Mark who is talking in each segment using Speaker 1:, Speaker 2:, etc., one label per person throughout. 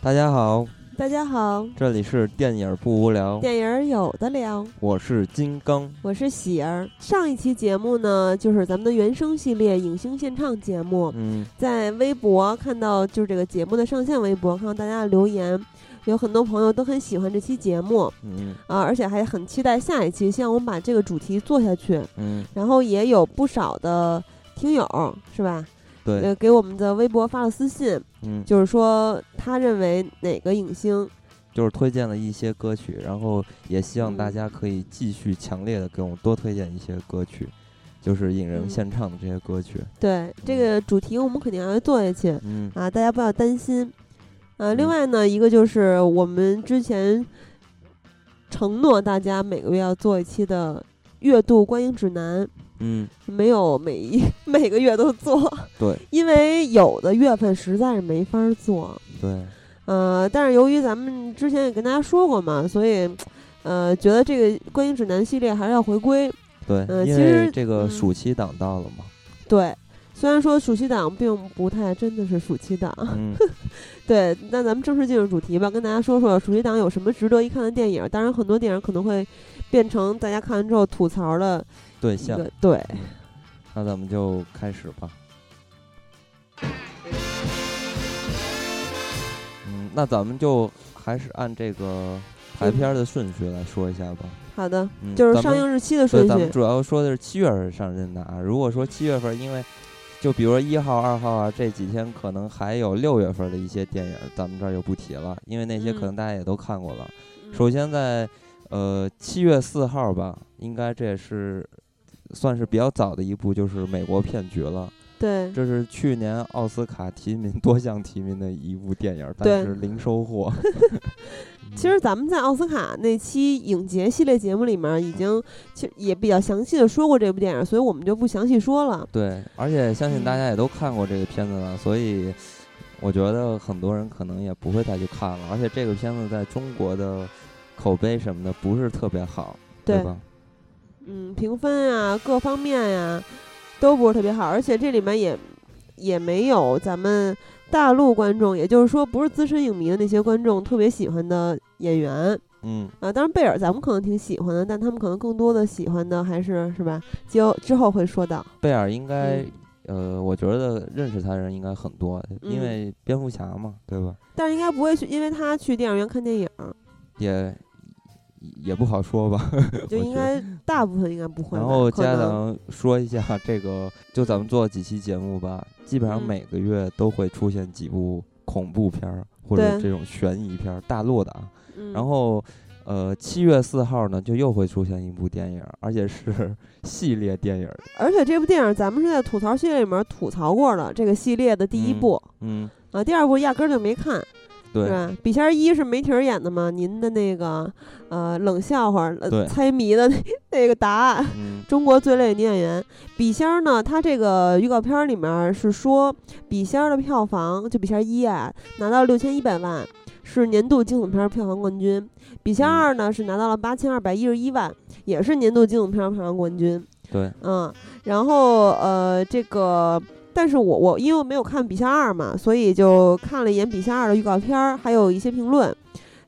Speaker 1: 大家好，
Speaker 2: 大家好，
Speaker 1: 这里是电影不无聊，
Speaker 2: 电影儿有的聊，
Speaker 1: 我是金刚。
Speaker 2: 我是喜儿。上一期节目呢，就是咱们的原声系列影星献唱节目，
Speaker 1: 嗯，
Speaker 2: 在微博看到就是这个节目的上线微博，看到大家的留言，有很多朋友都很喜欢这期节目
Speaker 1: 嗯
Speaker 2: 啊，而且还很期待下一期，希望我们把这个主题做下去。
Speaker 1: 嗯，
Speaker 2: 然后也有不少的听友是吧？
Speaker 1: 对，
Speaker 2: 呃，给我们的微博发了私信，
Speaker 1: 嗯，
Speaker 2: 就是说他认为哪个影星
Speaker 1: 就是推荐了一些歌曲，然后也希望
Speaker 2: 嗯
Speaker 1: 大家可以继续强烈的给我们多推荐一些歌曲，就是引人
Speaker 2: 嗯
Speaker 1: 献唱的这些歌曲。
Speaker 2: 对这个主题，我们肯定还会做下去。
Speaker 1: 嗯
Speaker 2: 啊，大家不要担心。呃，另
Speaker 1: 嗯
Speaker 2: 外呢，一个就是我们之前承诺大家每个月要做一期的月度观影指南，
Speaker 1: 嗯，
Speaker 2: 没有每一 每个月都做，
Speaker 1: 对
Speaker 2: 因为有的月份实在是没法儿做。
Speaker 1: 嗯对，
Speaker 2: 呃，但是由于咱们之前也跟大家说过嘛，所以呃，觉得这个观影指南系列还是要回归。
Speaker 1: 对，
Speaker 2: 呃
Speaker 1: 因
Speaker 2: 其
Speaker 1: 为
Speaker 2: 实
Speaker 1: 这个
Speaker 2: 嗯
Speaker 1: 暑期档到了嘛，
Speaker 2: 对，虽然说暑期档并不太真的是暑期档，
Speaker 1: 嗯
Speaker 2: 对，那咱们正式进入主题吧，跟大家说说暑期档有什么值得一看的电影。当然，很多电影可能会变成大家看完之后吐槽的
Speaker 1: 对
Speaker 2: 一
Speaker 1: 象
Speaker 2: 个。对，
Speaker 1: 那咱们就开始吧。嗯，那咱们就还是按这个排片儿的顺序来说一下吧。
Speaker 2: 好的，
Speaker 1: 嗯，
Speaker 2: 就是
Speaker 1: 咱
Speaker 2: 上
Speaker 1: 们
Speaker 2: 映日期的
Speaker 1: 对，
Speaker 2: 顺
Speaker 1: 咱们
Speaker 2: 序。
Speaker 1: 主要说的是七月份上映的啊。如果说七月份，因为就比如说一号、二号啊这几天，可能还有六月份的一些电影，咱们这儿就不提了，因为那些可
Speaker 2: 嗯
Speaker 1: 能大家也都看过了。
Speaker 2: 嗯
Speaker 1: 首先在呃七月四号吧，应该这也是算是比较早的一部，就是美国骗局了。
Speaker 2: 嗯对
Speaker 1: 这是去年奥斯卡提名多项提名的一部电影，但
Speaker 2: 对
Speaker 1: 是零收获。
Speaker 2: 其实咱们在奥斯卡那期影节系列节目里面已经其实也比较详细的说过这部电影，所以我们就不详细说了。
Speaker 1: 对，而且相信大家也都看过这个片子了，
Speaker 2: 嗯
Speaker 1: 所以我觉得很多人可能也不会再去看了。而且这个片子在中国的口碑什么的不是特别好，对
Speaker 2: 对
Speaker 1: 吧？
Speaker 2: 嗯，评分啊，各方面呀、都不是特别好，而且这里面也也没有咱们大陆观众，也就是说不是资深影迷的那些观众特别喜欢的演员
Speaker 1: 嗯，
Speaker 2: 啊。当然，贝尔咱们可能挺喜欢的，但他们可能更多的喜欢的还是是吧？之后之后会说到，
Speaker 1: 贝尔应该、
Speaker 2: 嗯
Speaker 1: 呃，我觉得认识他的人应该很多，因
Speaker 2: 嗯
Speaker 1: 为蝙蝠侠嘛，对吧？
Speaker 2: 但是应该不会去，因为他去电影院看电影，
Speaker 1: 也也不好说吧。
Speaker 2: 就
Speaker 1: 我
Speaker 2: 应
Speaker 1: 觉得
Speaker 2: 该大部分应该不会吧。
Speaker 1: 然后
Speaker 2: 可
Speaker 1: 家
Speaker 2: 能
Speaker 1: 长说一下这个，就咱们做几期节目吧，基本上
Speaker 2: 嗯
Speaker 1: 每个月都会出现几部恐怖片儿或者
Speaker 2: 对
Speaker 1: 这种悬疑片儿，大陆的啊。
Speaker 2: 嗯、
Speaker 1: 然后，呃，七月四号呢，就又会出现一部电影儿，而且是 系列电影儿。
Speaker 2: 而且这部电影咱们是在吐槽系列里面吐槽过了，这个系列的第一
Speaker 1: 嗯
Speaker 2: 部、
Speaker 1: 嗯，
Speaker 2: 啊，第二部压根儿就没看。是
Speaker 1: 对
Speaker 2: 吧？笔仙儿一是梅婷儿演的嘛？您的那个呃冷笑话、
Speaker 1: 对
Speaker 2: 呃、猜谜的那 那个答案，
Speaker 1: 嗯，
Speaker 2: 中国最累的女演员笔仙儿呢？她这个预告片儿里面是说笔仙儿的票房就笔仙儿一啊拿到六千一百万，是年度惊悚片儿票房冠军。笔仙儿
Speaker 1: 嗯
Speaker 2: 二呢是拿到了八千二百一十一万，也是年度惊悚片儿票房冠军。
Speaker 1: 对，
Speaker 2: 嗯，然后呃，这个，但是我我因为我没有看《笔仙二》嘛，所以就看了一眼《笔仙二》的预告片儿，还有一些评论。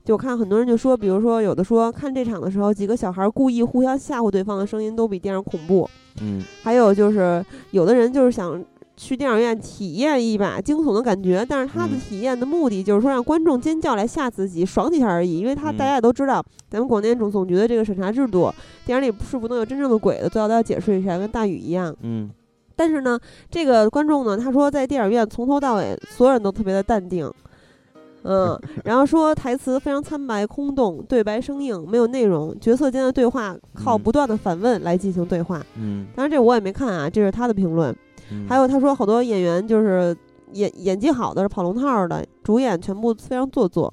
Speaker 2: 就看很多人就说，比如说有的说看这场的时候，几个小孩故意互相吓唬对方的声音都比电影恐怖。
Speaker 1: 嗯，
Speaker 2: 还有就是有的人就是想去电影院体验一把惊悚的感觉，但是他的
Speaker 1: 嗯
Speaker 2: 体验的目的就是说让观众尖叫来吓自己，爽几下而已。因为他
Speaker 1: 嗯
Speaker 2: 大家也都知道，咱们广电总总局的这个审查制度，电影里是不能有真正的鬼的，最好都要解释一下，跟大雨一样。
Speaker 1: 嗯，
Speaker 2: 但是呢，这个观众呢，他说在电影院从头到尾，所有人都特别的淡定， 嗯，然后说台词非常苍白空洞，对白生硬，没有内容，角色间的对话靠
Speaker 1: 嗯
Speaker 2: 不断的反问来进行对话。
Speaker 1: 嗯，
Speaker 2: 当然，这我也没看啊，这是他的评论。
Speaker 1: 嗯
Speaker 2: 还有他说好多演员就是演演技好的是跑龙套的，主演全部非常做作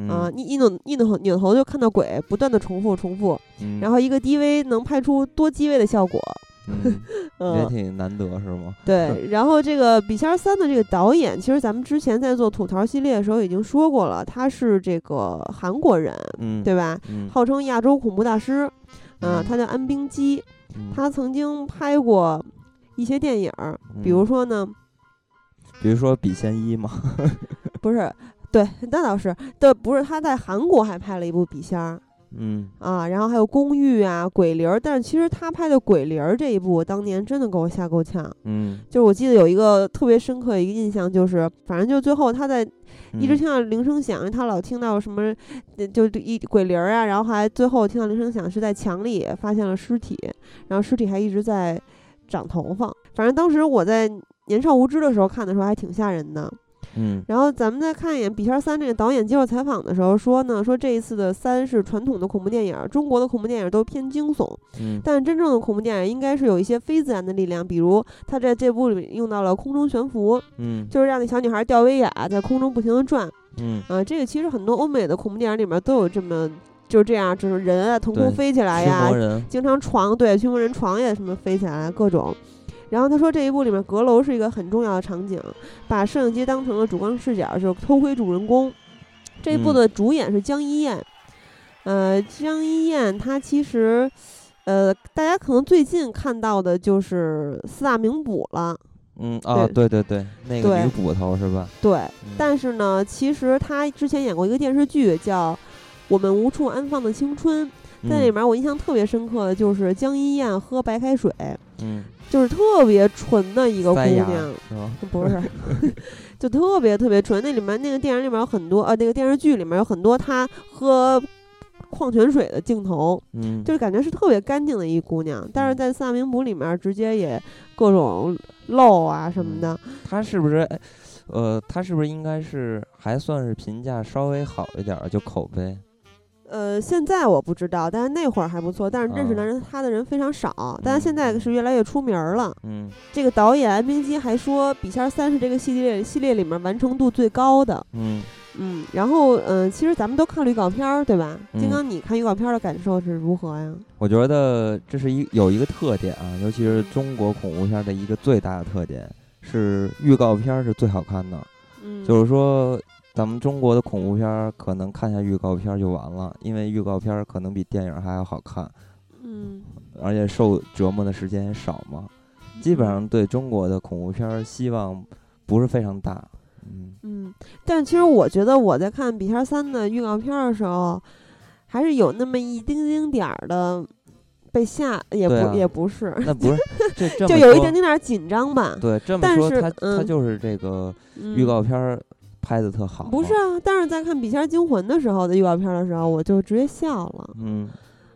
Speaker 2: 啊，
Speaker 1: 嗯，
Speaker 2: 你一扭一扭扭头就看到鬼，不断的重复重复，
Speaker 1: 嗯
Speaker 2: 然后一个低微能拍出多机位的效果，
Speaker 1: 嗯，也
Speaker 2: 嗯。
Speaker 1: 挺难得是吗？
Speaker 2: 对，然后这个《笔仙儿三》的这个导演，其实咱们之前在做吐槽系列的时候已经说过了，他是这个韩国人，
Speaker 1: 嗯，
Speaker 2: 对吧？
Speaker 1: 嗯，
Speaker 2: 号称亚洲恐怖大师，啊、
Speaker 1: 嗯
Speaker 2: 他叫安冰基，
Speaker 1: 嗯，
Speaker 2: 他曾经拍过一些电影儿，
Speaker 1: 嗯
Speaker 2: 比如说呢，
Speaker 1: 比如说《笔仙一》嘛，
Speaker 2: 不是，对，那倒是，对，不是他在韩国还拍了一部《笔仙儿》
Speaker 1: 嗯，
Speaker 2: 啊，然后还有《公寓》啊，《鬼灵儿》，但是其实他拍的《鬼灵儿》这一部，当年真的给我吓够呛。
Speaker 1: 嗯，
Speaker 2: 就是我记得有一个特别深刻的一个印象，就是反正就最后他在一直
Speaker 1: 嗯
Speaker 2: 听到铃声响，因为他老听到什么，呃就一鬼铃儿啊，然后还最后听到铃声响是在墙里发现了尸体，然后尸体还一直在长头发。反正当时我在年少无知的时候看的时候还挺吓人的。
Speaker 1: 嗯
Speaker 2: 然后咱们再看一眼《笔仙三》这个导演接受采访的时候说呢，说这一次的三是传统的恐怖电影，中国的恐怖电影都偏惊悚，
Speaker 1: 嗯
Speaker 2: 但真正的恐怖电影应该是有一些非自然的力量，比如他在这部里面用到了空中悬浮，
Speaker 1: 嗯
Speaker 2: 就是让那小女孩吊威亚在空中不停地转。
Speaker 1: 嗯，
Speaker 2: 啊，这个其实很多欧美的恐怖电影里面都有这么就是这样，就是人啊腾空
Speaker 1: 对
Speaker 2: 飞起来
Speaker 1: 驱
Speaker 2: 呀
Speaker 1: 魔，人，
Speaker 2: 经常床对驱魔人床也什么飞起来各种。然后他说这一部里面阁楼是一个很重要的场景，把摄影机当成了主观视角，就是偷窥主人公。这一部
Speaker 1: 嗯
Speaker 2: 的主演是江一燕，呃，江一燕她其实。呃，大家可能最近看到的就是四大名捕了，
Speaker 1: 嗯啊，对对对，那个
Speaker 2: 对
Speaker 1: 女捕头是吧？
Speaker 2: 对，
Speaker 1: 嗯
Speaker 2: 但是呢，其实他之前演过一个电视剧叫《我们无处安放的青春》，在
Speaker 1: 嗯
Speaker 2: 里面我印象特别深刻的就是江一燕喝白开水，
Speaker 1: 嗯，
Speaker 2: 就是特别纯的一个姑
Speaker 1: 塞牙
Speaker 2: 娘，
Speaker 1: 是吧？
Speaker 2: 不是，就特别特别纯。那里面那个电影里面有很多，呃，那个电视剧里面有很多她喝。矿泉水的镜头，
Speaker 1: 嗯，
Speaker 2: 就是感觉是特别干净的一姑娘，但是
Speaker 1: 嗯
Speaker 2: 在《萨明捕》里面直接也各种露啊什么的，
Speaker 1: 他是不是，哎呃，他是不是应该是还算是评价稍微好一点儿，就口碑？嗯
Speaker 2: 呃，现在我不知道，但是那会儿还不错，但是认识的人、他的人非常少，但是现在是越来越出名儿了。
Speaker 1: 嗯
Speaker 2: 这个导演安冰基还说，《笔仙三》是这个系列系列里面完成度最高的。
Speaker 1: 嗯，
Speaker 2: 嗯，然后嗯、呃其实咱们都看了预告片儿，对吧？
Speaker 1: 嗯
Speaker 2: 金刚，你看预告片儿的感受是如何呀？
Speaker 1: 我觉得这是一有一个特点啊，尤其是中国恐怖片儿的一个最大的特点是预告片儿是最好看的，
Speaker 2: 嗯，
Speaker 1: 就是说。咱们中国的恐怖片儿可能看下预告片儿就完了，因为预告片儿可能比电影儿还要好看，
Speaker 2: 嗯，
Speaker 1: 而且受折磨的时间也少嘛。基本上对中国的恐怖片儿希望不是非常大。嗯
Speaker 2: 嗯，但其实我觉得我在看《笔仙三》的预告片儿的时候，还是有那么一丁丁点儿的被吓，也不、
Speaker 1: 对啊
Speaker 2: 也不是，
Speaker 1: 那 不是这这么
Speaker 2: 就有一
Speaker 1: 说
Speaker 2: 点点儿紧张吧。
Speaker 1: 对，这么
Speaker 2: 但
Speaker 1: 说
Speaker 2: 是
Speaker 1: 他他
Speaker 2: 嗯
Speaker 1: 就是这个
Speaker 2: 嗯
Speaker 1: 预告片儿拍的特好，
Speaker 2: 不是啊，但是在看《笔仙惊魂》的时候的预告片的时候，我就直接笑了。
Speaker 1: 嗯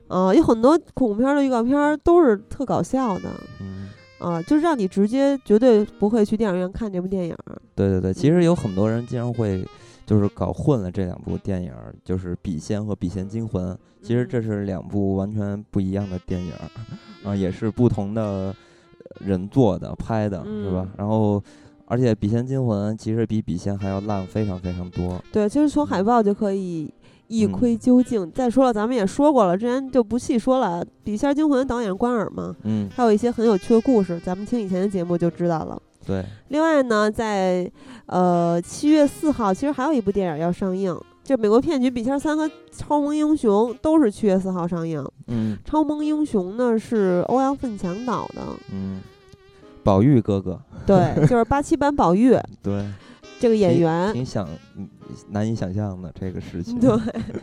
Speaker 2: 啊、有很多恐怖片的预告片都是特搞笑的，
Speaker 1: 嗯，
Speaker 2: 啊、就是让你直接绝对不会去电影院看这部电影。
Speaker 1: 对对对，其实有很多人经常会就是搞混了这两部电影儿，就是《笔仙》和《笔仙惊魂》，其实这是两部完全不一样的电影儿， 啊，也是不同的人做的拍的，是吧
Speaker 2: 嗯？
Speaker 1: 然后。而且《笔仙惊魂》其实比《笔仙》还要烂非常非常多，
Speaker 2: 对，其实从
Speaker 1: 嗯
Speaker 2: 海报就可以一窥究竟。再说了，咱们也说过了，之前就不细说了，《笔仙惊魂》导演关尔嘛，
Speaker 1: 嗯，
Speaker 2: 还有一些很有趣的故事，咱们听以前的节目就知道了。
Speaker 1: 对，
Speaker 2: 另外呢，在呃七月四号，其实还有一部电影要上映，这《美国骗局》《笔仙三》和《超萌英雄》都是七月四号上映。《
Speaker 1: 嗯
Speaker 2: 超萌英雄》呢是欧阳奋强导的，
Speaker 1: 嗯，宝玉哥哥，
Speaker 2: 对，就是八七版宝玉
Speaker 1: 对，
Speaker 2: 这个演
Speaker 1: 挺
Speaker 2: 员。
Speaker 1: 挺想嗯难以想象的这个事情。
Speaker 2: 对，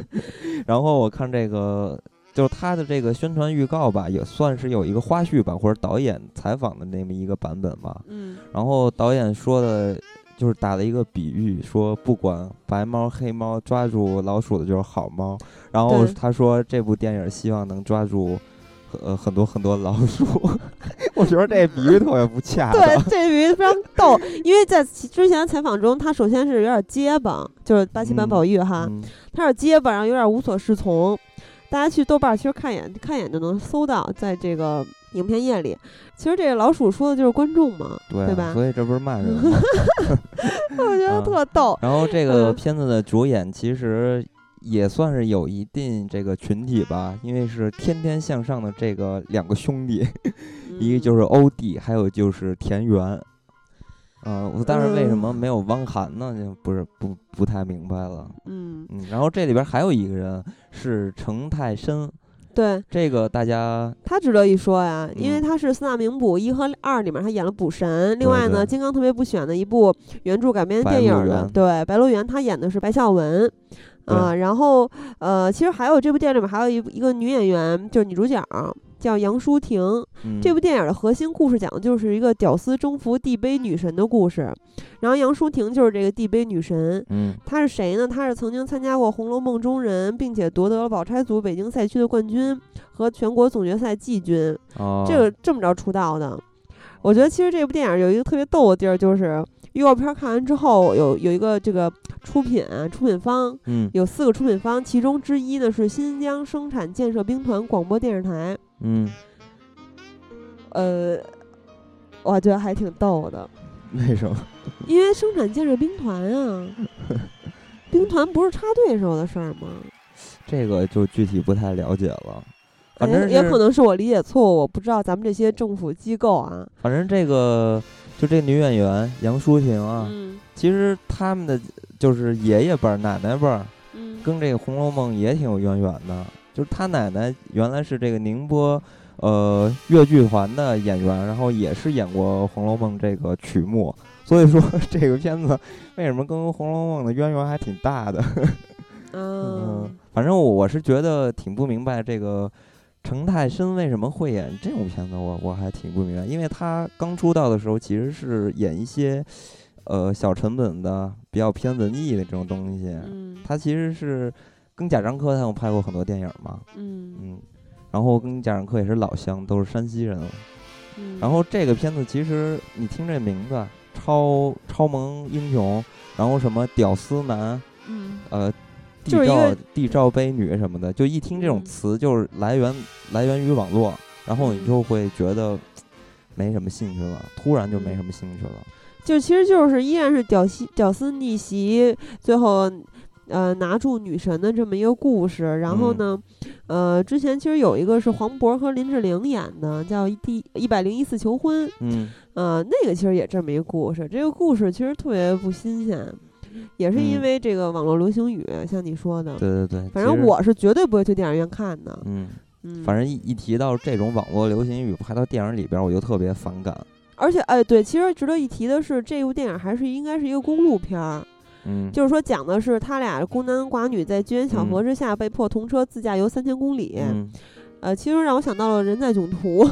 Speaker 1: 然后我看这个。就是他的这个宣传预告吧，也算是有一个花絮版或者导演采访的那么一个版本吧。
Speaker 2: 嗯，
Speaker 1: 然后导演说的，就是打了一个比喻，说不管白猫黑猫，抓住老鼠的就是好猫。然后
Speaker 2: 对
Speaker 1: 他说这部电影希望能抓住，呃，很多很多老鼠。 我觉得这比喻特别不恰当。
Speaker 2: 对，这比喻非 常逗，因为在其之前的采访中，他首先是有点结巴，就是八七版
Speaker 1: 嗯
Speaker 2: 宝玉哈，
Speaker 1: 嗯
Speaker 2: 他是结巴，然后有点无所适从。大家去豆瓣儿其实看一眼看一眼就能搜到，在这个影片页里，其实这个老鼠说的就是观众嘛，
Speaker 1: 对啊、
Speaker 2: 吧？
Speaker 1: 所以这不是骂人吗？
Speaker 2: 我觉得
Speaker 1: 嗯
Speaker 2: 特逗。
Speaker 1: 然后这个
Speaker 2: 嗯
Speaker 1: 片子的主演其实也算是有一定这个群体吧，因为是《天天向上》的这个两个兄弟，一个
Speaker 2: 是
Speaker 1: 就是欧弟，还有就是田园。嗯、我当时为什么没有汪涵呢？就不是不不太明白了。
Speaker 2: 嗯，
Speaker 1: 嗯，然后这里边还有一个人是程太深，
Speaker 2: 对
Speaker 1: 这个大家
Speaker 2: 他值得一说呀，因为
Speaker 1: 嗯
Speaker 2: 他是四大名捕一和二里面，他演了捕神。
Speaker 1: 对
Speaker 2: 另外呢，
Speaker 1: 对
Speaker 2: 金刚特别不喜欢的一部原著改编
Speaker 1: 白
Speaker 2: 电影
Speaker 1: 鹿
Speaker 2: 儿呢
Speaker 1: 原，
Speaker 2: 对《白鹿原》，他演的是白孝文。啊、然后呃，其实还有这部电影里面还有一一个女演员，就是女主角叫杨舒婷。
Speaker 1: 嗯
Speaker 2: 这部电影的核心故事讲的就是一个屌丝征服地杯女神的故事，然后杨舒婷就是这个地杯女神。
Speaker 1: 嗯
Speaker 2: 她是谁呢？她是曾经参加过《红楼梦》中人，并且夺得了宝钗组北京赛区的冠军和全国总决赛季军，
Speaker 1: 哦
Speaker 2: 这个这么着出道的。我觉得其实这部电影有一个特别逗的地儿，就是预告片看完之后有有一个这个出品啊出品方
Speaker 1: 嗯
Speaker 2: 有四个出品方，其中之一呢是新疆生产建设兵团广播电视台。
Speaker 1: 嗯，
Speaker 2: 呃，我觉得还挺逗的，
Speaker 1: 为什么？
Speaker 2: 因为生产建设兵团啊，兵团不是插队时候的事儿吗？
Speaker 1: 这个就具体不太了解了。反
Speaker 2: 哎
Speaker 1: 正
Speaker 2: 也
Speaker 1: 是
Speaker 2: 可能是我理解错误，我不知道咱们这些政府机构啊，
Speaker 1: 反正这个就这女演员杨舒婷啊，
Speaker 2: 嗯
Speaker 1: 其实他们的就是爷爷辈儿、奶奶辈儿
Speaker 2: 嗯
Speaker 1: 跟这个《红楼梦》也挺有渊源的。就是他奶奶原来是这个宁波呃越剧团的演员，然后也是演过《红楼梦》这个曲目，所以说这个片子为什么跟《红楼梦》的渊源还挺大的？
Speaker 2: 啊
Speaker 1: 嗯，反正我我是觉得挺不明白这个程太深为什么会演这种片子我，我还挺不明白，因为他刚出道的时候其实是演一些呃小成本的、比较偏文艺的这种东西，
Speaker 2: 嗯
Speaker 1: 他其实是跟贾樟柯他们拍过很多电影嘛，
Speaker 2: 嗯
Speaker 1: 嗯。然后跟贾樟柯也是老乡，都是山西人。
Speaker 2: 嗯，
Speaker 1: 然后这个片子其实你听这名字，超超萌英雄，然后什么屌丝男，
Speaker 2: 嗯
Speaker 1: 呃，地
Speaker 2: 就是一
Speaker 1: 罩
Speaker 2: 个
Speaker 1: 地罩杯女什么的，就一听这种
Speaker 2: 嗯
Speaker 1: 词就是来源来源于网络，然后你就会觉得没什么兴趣了，突然就没
Speaker 2: 嗯
Speaker 1: 什么兴趣了。
Speaker 2: 就其实就是依然是屌丝屌丝逆袭，最后呃拿住女神的这么一个故事。然
Speaker 1: 嗯
Speaker 2: 后呢，呃，之前其实有一个是黄渤和林志玲演的，叫《第一百零一次求婚》，
Speaker 1: 嗯
Speaker 2: 呃，那个其实也这么一个故事。这个故事其实特别不新鲜，也是因
Speaker 1: 嗯
Speaker 2: 为这个网络流行语，像你说的。
Speaker 1: 对对对，
Speaker 2: 嗯反
Speaker 1: 其
Speaker 2: 正
Speaker 1: 实
Speaker 2: 我是绝对不会去电影院看的。
Speaker 1: 嗯，
Speaker 2: 嗯，
Speaker 1: 反正一一提到这种网络流行语拍到电影里边儿，我就特别反感。
Speaker 2: 而且哎，对，其实值得一提的是，这部电影还是应该是一个公路片儿。
Speaker 1: 嗯，
Speaker 2: 就是说讲的是他俩孤男寡女在机缘巧合之下被迫同车自驾游三千公里。
Speaker 1: 嗯
Speaker 2: 呃，其实让我想到了《人在囧途》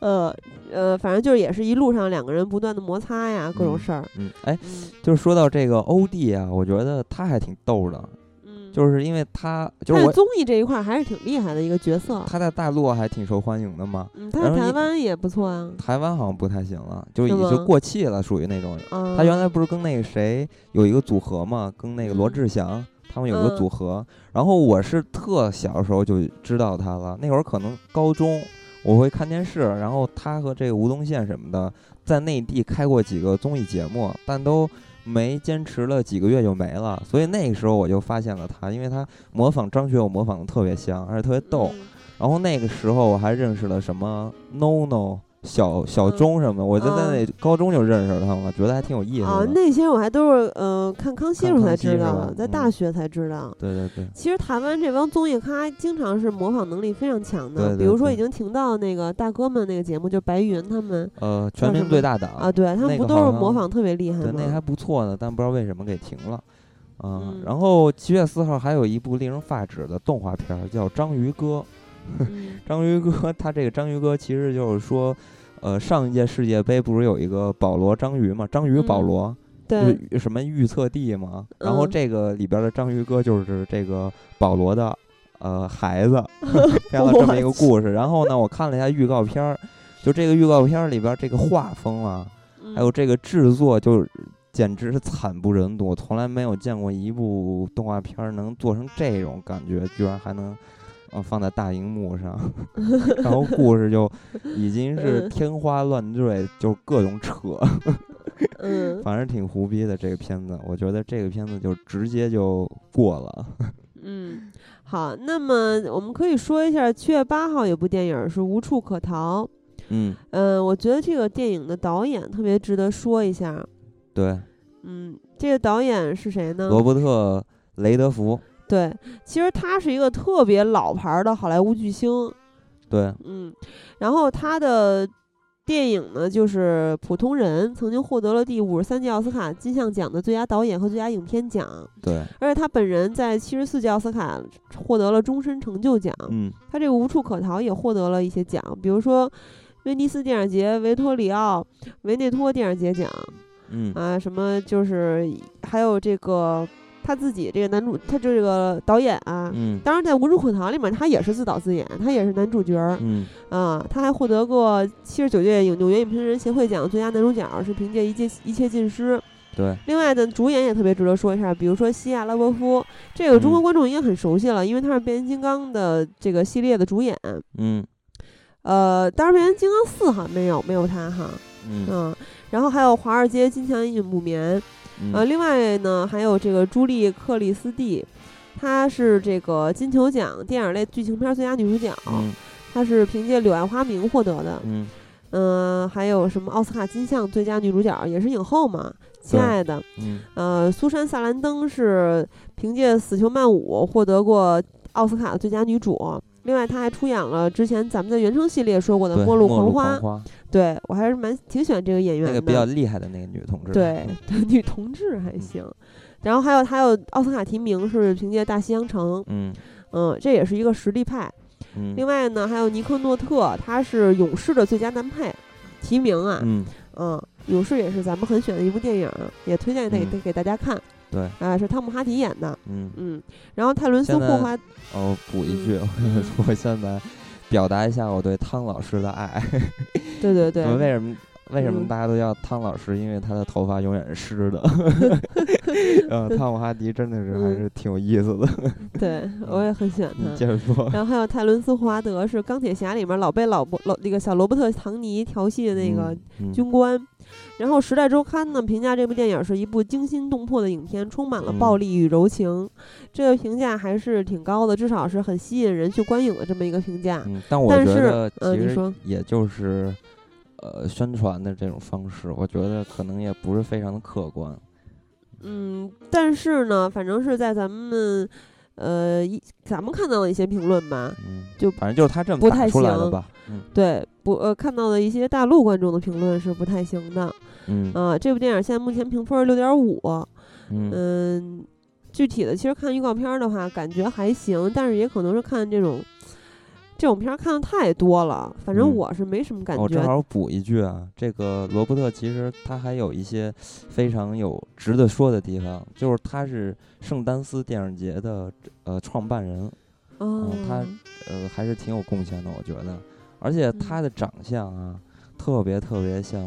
Speaker 1: 嗯
Speaker 2: 呃呃，反正就是也是一路上两个人不断的摩擦呀，各种事儿。
Speaker 1: 嗯，哎，
Speaker 2: 嗯
Speaker 1: 就是说到这个欧弟啊，我觉得他还挺逗的，
Speaker 2: 嗯，
Speaker 1: 就是因为他就
Speaker 2: 但
Speaker 1: 是
Speaker 2: 是
Speaker 1: 我
Speaker 2: 综艺这一块儿还是挺厉害的一个角色。
Speaker 1: 他在大陆还挺受欢迎的嘛，
Speaker 2: 嗯，他
Speaker 1: 然后
Speaker 2: 在台
Speaker 1: 一
Speaker 2: 湾也不错啊。
Speaker 1: 台湾好像不太行了，就是已
Speaker 2: 吗
Speaker 1: 经过气了，属于那种。
Speaker 2: 啊，
Speaker 1: 他原来不是跟那个谁有一个组合嘛，跟那个罗
Speaker 2: 嗯
Speaker 1: 志祥他们有个
Speaker 2: 嗯
Speaker 1: 组合。然后我是特小的时候就知道他了，那会儿可能高中，我会看电视，然后他和这个吴宗宪什么的在内地开过几个综艺节目，但都。没坚持了几个月就没了，所以那个时候我就发现了他，因为他模仿张学友模仿的特别像，而且特别逗。
Speaker 2: 嗯
Speaker 1: 然后那个时候我还认识了什么 No No、小小
Speaker 2: 嗯
Speaker 1: 钟什么的，我就在那
Speaker 2: 嗯
Speaker 1: 高中就认识他们了，觉得还挺有意思
Speaker 2: 啊，
Speaker 1: 的。
Speaker 2: 那些我还都是嗯、呃看康熙的时候
Speaker 1: 看康
Speaker 2: 才
Speaker 1: 熙
Speaker 2: 知
Speaker 1: 是
Speaker 2: 道
Speaker 1: 吧
Speaker 2: 的，在
Speaker 1: 嗯
Speaker 2: 大学才知道。
Speaker 1: 对对对，
Speaker 2: 其实台湾这帮综艺咖经常是模仿能力非常强的，
Speaker 1: 对对
Speaker 2: 比如说
Speaker 1: 对
Speaker 2: 已经停到那个大哥们那个节目，就是白云他们
Speaker 1: 呃，
Speaker 2: 叫
Speaker 1: 全
Speaker 2: 什
Speaker 1: 民
Speaker 2: 么
Speaker 1: 最大党
Speaker 2: 啊，，对他们
Speaker 1: 那
Speaker 2: 不
Speaker 1: 个
Speaker 2: 都
Speaker 1: 好
Speaker 2: 是
Speaker 1: 像
Speaker 2: 模仿特别厉害
Speaker 1: 对，那
Speaker 2: 吗？
Speaker 1: 还不错呢，但不知道为什么给停了。啊、
Speaker 2: 嗯
Speaker 1: 然后七月四号还有一部令人发指的动画片儿叫《章鱼哥》。
Speaker 2: 嗯
Speaker 1: 章鱼哥， 他这个章鱼哥其实就是说，呃，上一届世界杯不是有一个保罗章鱼嘛？章鱼保
Speaker 2: 嗯
Speaker 1: 罗，
Speaker 2: 对，
Speaker 1: 就是什么预测帝嘛，然后
Speaker 2: 嗯
Speaker 1: 这个里边的章鱼哥就是这个保罗的呃孩 子，编了这么一个故事。然后呢，我看了一下预告片儿，就这个预告片儿里边这个画风啊，还有
Speaker 2: 嗯
Speaker 1: 这个制作就。简直是惨不忍睹，从来没有见过一部动画片儿能做成这种感觉，居然还能，呃，放在大荧幕 上，然后故事就已经是
Speaker 2: 嗯
Speaker 1: 天花乱坠，就各种扯，
Speaker 2: 嗯
Speaker 1: 反正挺胡逼的这个片子，我觉得这个片子就直接就过了。
Speaker 2: 嗯，好，那么我们可以说一下，七月八号有部电影是《无处可逃》，
Speaker 1: 嗯，
Speaker 2: 嗯、我觉得这个电影的导演特别值得说一下，
Speaker 1: 对，
Speaker 2: 嗯，这个导演是谁呢？
Speaker 1: 罗伯特·雷德福，
Speaker 2: 对，其实他是一个特别老牌儿的好莱坞巨星，
Speaker 1: 对，
Speaker 2: 嗯，然后他的电影呢，就是《普通人》，曾经获得了第五十三届奥斯卡金像奖的最佳导演和最佳影片奖，
Speaker 1: 对，
Speaker 2: 而且他本人在七十四届奥斯卡获得了终身成就奖。
Speaker 1: 嗯，
Speaker 2: 他这个无处可逃也获得了一些奖，比如说威尼斯电影节、维托里奥维内托电影节奖
Speaker 1: 嗯，
Speaker 2: 啊，什么就是还有这个他自己这个男主，他这个导演啊。
Speaker 1: 嗯，
Speaker 2: 当然，在《无处可逃》里面，他也是自导自演，他也是男主角儿
Speaker 1: 嗯，
Speaker 2: 啊。他还获得过七十九届影纽约影评人协会奖最佳男主角，是凭借一切一切尽失。
Speaker 1: 对，
Speaker 2: 另外呢，主演也特别值得说一下，比如说西亚拉伯夫，这个中国
Speaker 1: 嗯
Speaker 2: 观众应该很熟悉了，因为他是变形金刚的这个系列的主演。
Speaker 1: 嗯，
Speaker 2: 呃，当然变形金刚四哈没有没有他哈，
Speaker 1: 嗯，
Speaker 2: 嗯，然后还有华尔街金枪鱼木棉，呃，
Speaker 1: 嗯，
Speaker 2: 另外呢还有这个朱莉克里斯蒂，她是这个金球奖电影类剧情片最佳女主角，
Speaker 1: 嗯，
Speaker 2: 她是凭借《柳暗花明》获得的，
Speaker 1: 嗯，
Speaker 2: 嗯、还有什么奥斯卡金像最佳女主角也是影后嘛，亲
Speaker 1: 对
Speaker 2: 爱的，
Speaker 1: 嗯，
Speaker 2: 呃，苏珊·萨兰登是凭借《死囚曼舞》获得过奥斯卡最佳女主。另外，她还出演了之前咱们在原声系列说过的
Speaker 1: 对
Speaker 2: 《
Speaker 1: 末
Speaker 2: 呃末路
Speaker 1: 狂
Speaker 2: 狂花》嗯对我还是蛮挺喜欢这个演员
Speaker 1: 那
Speaker 2: 的。
Speaker 1: 个比较厉害的那个女同志，
Speaker 2: 对
Speaker 1: 嗯，
Speaker 2: 对女同志还行。然后还有还有奥斯卡提名是凭借《大西洋城》，
Speaker 1: 嗯，
Speaker 2: 嗯，这也是一个实力派。
Speaker 1: 嗯，
Speaker 2: 另外呢，还有尼克·诺特，他是《勇士》的最佳男配提名啊，
Speaker 1: 嗯，
Speaker 2: 嗯，勇士也是咱们很选的一部电影，也推荐给、
Speaker 1: 嗯
Speaker 2: 给大家看。
Speaker 1: 对，
Speaker 2: 啊，是汤姆·哈迪演的。
Speaker 1: 嗯，
Speaker 2: 嗯，然后泰伦斯
Speaker 1: 现
Speaker 2: ·
Speaker 1: 在
Speaker 2: 霍华，
Speaker 1: 哦，补一句，我
Speaker 2: 嗯
Speaker 1: 跟你说， 我现在表达一下我对汤老师的爱。
Speaker 2: 对对
Speaker 1: 你们为
Speaker 2: 对，
Speaker 1: 什么为什么
Speaker 2: 嗯
Speaker 1: 大家都叫汤老师？因为他的头发永远是湿 的。呃，汤姆哈迪真的是还
Speaker 2: 嗯
Speaker 1: 是挺有意思的。
Speaker 2: 对我也很喜欢
Speaker 1: 你
Speaker 2: 他。
Speaker 1: 接着说。
Speaker 2: 然后还有泰伦斯·霍华德是钢铁侠里面老被老伯老那个小罗伯特·唐尼调戏的那个
Speaker 1: 嗯，嗯
Speaker 2: 军官。然后《时代周刊》呢评价这部电影是一部惊心动魄的影片，充满了暴
Speaker 1: 嗯
Speaker 2: 力与柔情。这个评价还是挺高的，至少是很吸引人去观影的这么一个评价。
Speaker 1: 嗯，但我
Speaker 2: 但
Speaker 1: 觉
Speaker 2: 是
Speaker 1: 得
Speaker 2: 呃
Speaker 1: 其
Speaker 2: 你
Speaker 1: 实
Speaker 2: 说
Speaker 1: 也就是呃宣传的这种方式，我觉得可能也不是非常的客观。
Speaker 2: 嗯，但是呢，反正是在咱们呃一咱们看到的一些评论吧，
Speaker 1: 嗯，
Speaker 2: 就
Speaker 1: 反正就是他这么
Speaker 2: 不
Speaker 1: 打
Speaker 2: 太
Speaker 1: 出来的
Speaker 2: 行
Speaker 1: 吧。嗯
Speaker 2: 对，不呃，看到的一些大陆观众的评论是不太行的
Speaker 1: 嗯
Speaker 2: 啊、这部电影现在目前评分六点五，
Speaker 1: 嗯
Speaker 2: 嗯，具体的其实看预告片儿的话，感觉还行，但是也可能是看这种这种片儿看的太多了，反正
Speaker 1: 嗯
Speaker 2: 我是没什么感
Speaker 1: 我
Speaker 2: 觉。
Speaker 1: 正好补一句啊，这个罗伯特其实他还有一些非常有值得说的地方，就是他是圣丹斯电影节的呃创办人，
Speaker 2: 哦
Speaker 1: 嗯他呃还是挺有贡献的，我觉得。而且
Speaker 2: 嗯
Speaker 1: 他的长相啊，特别特别像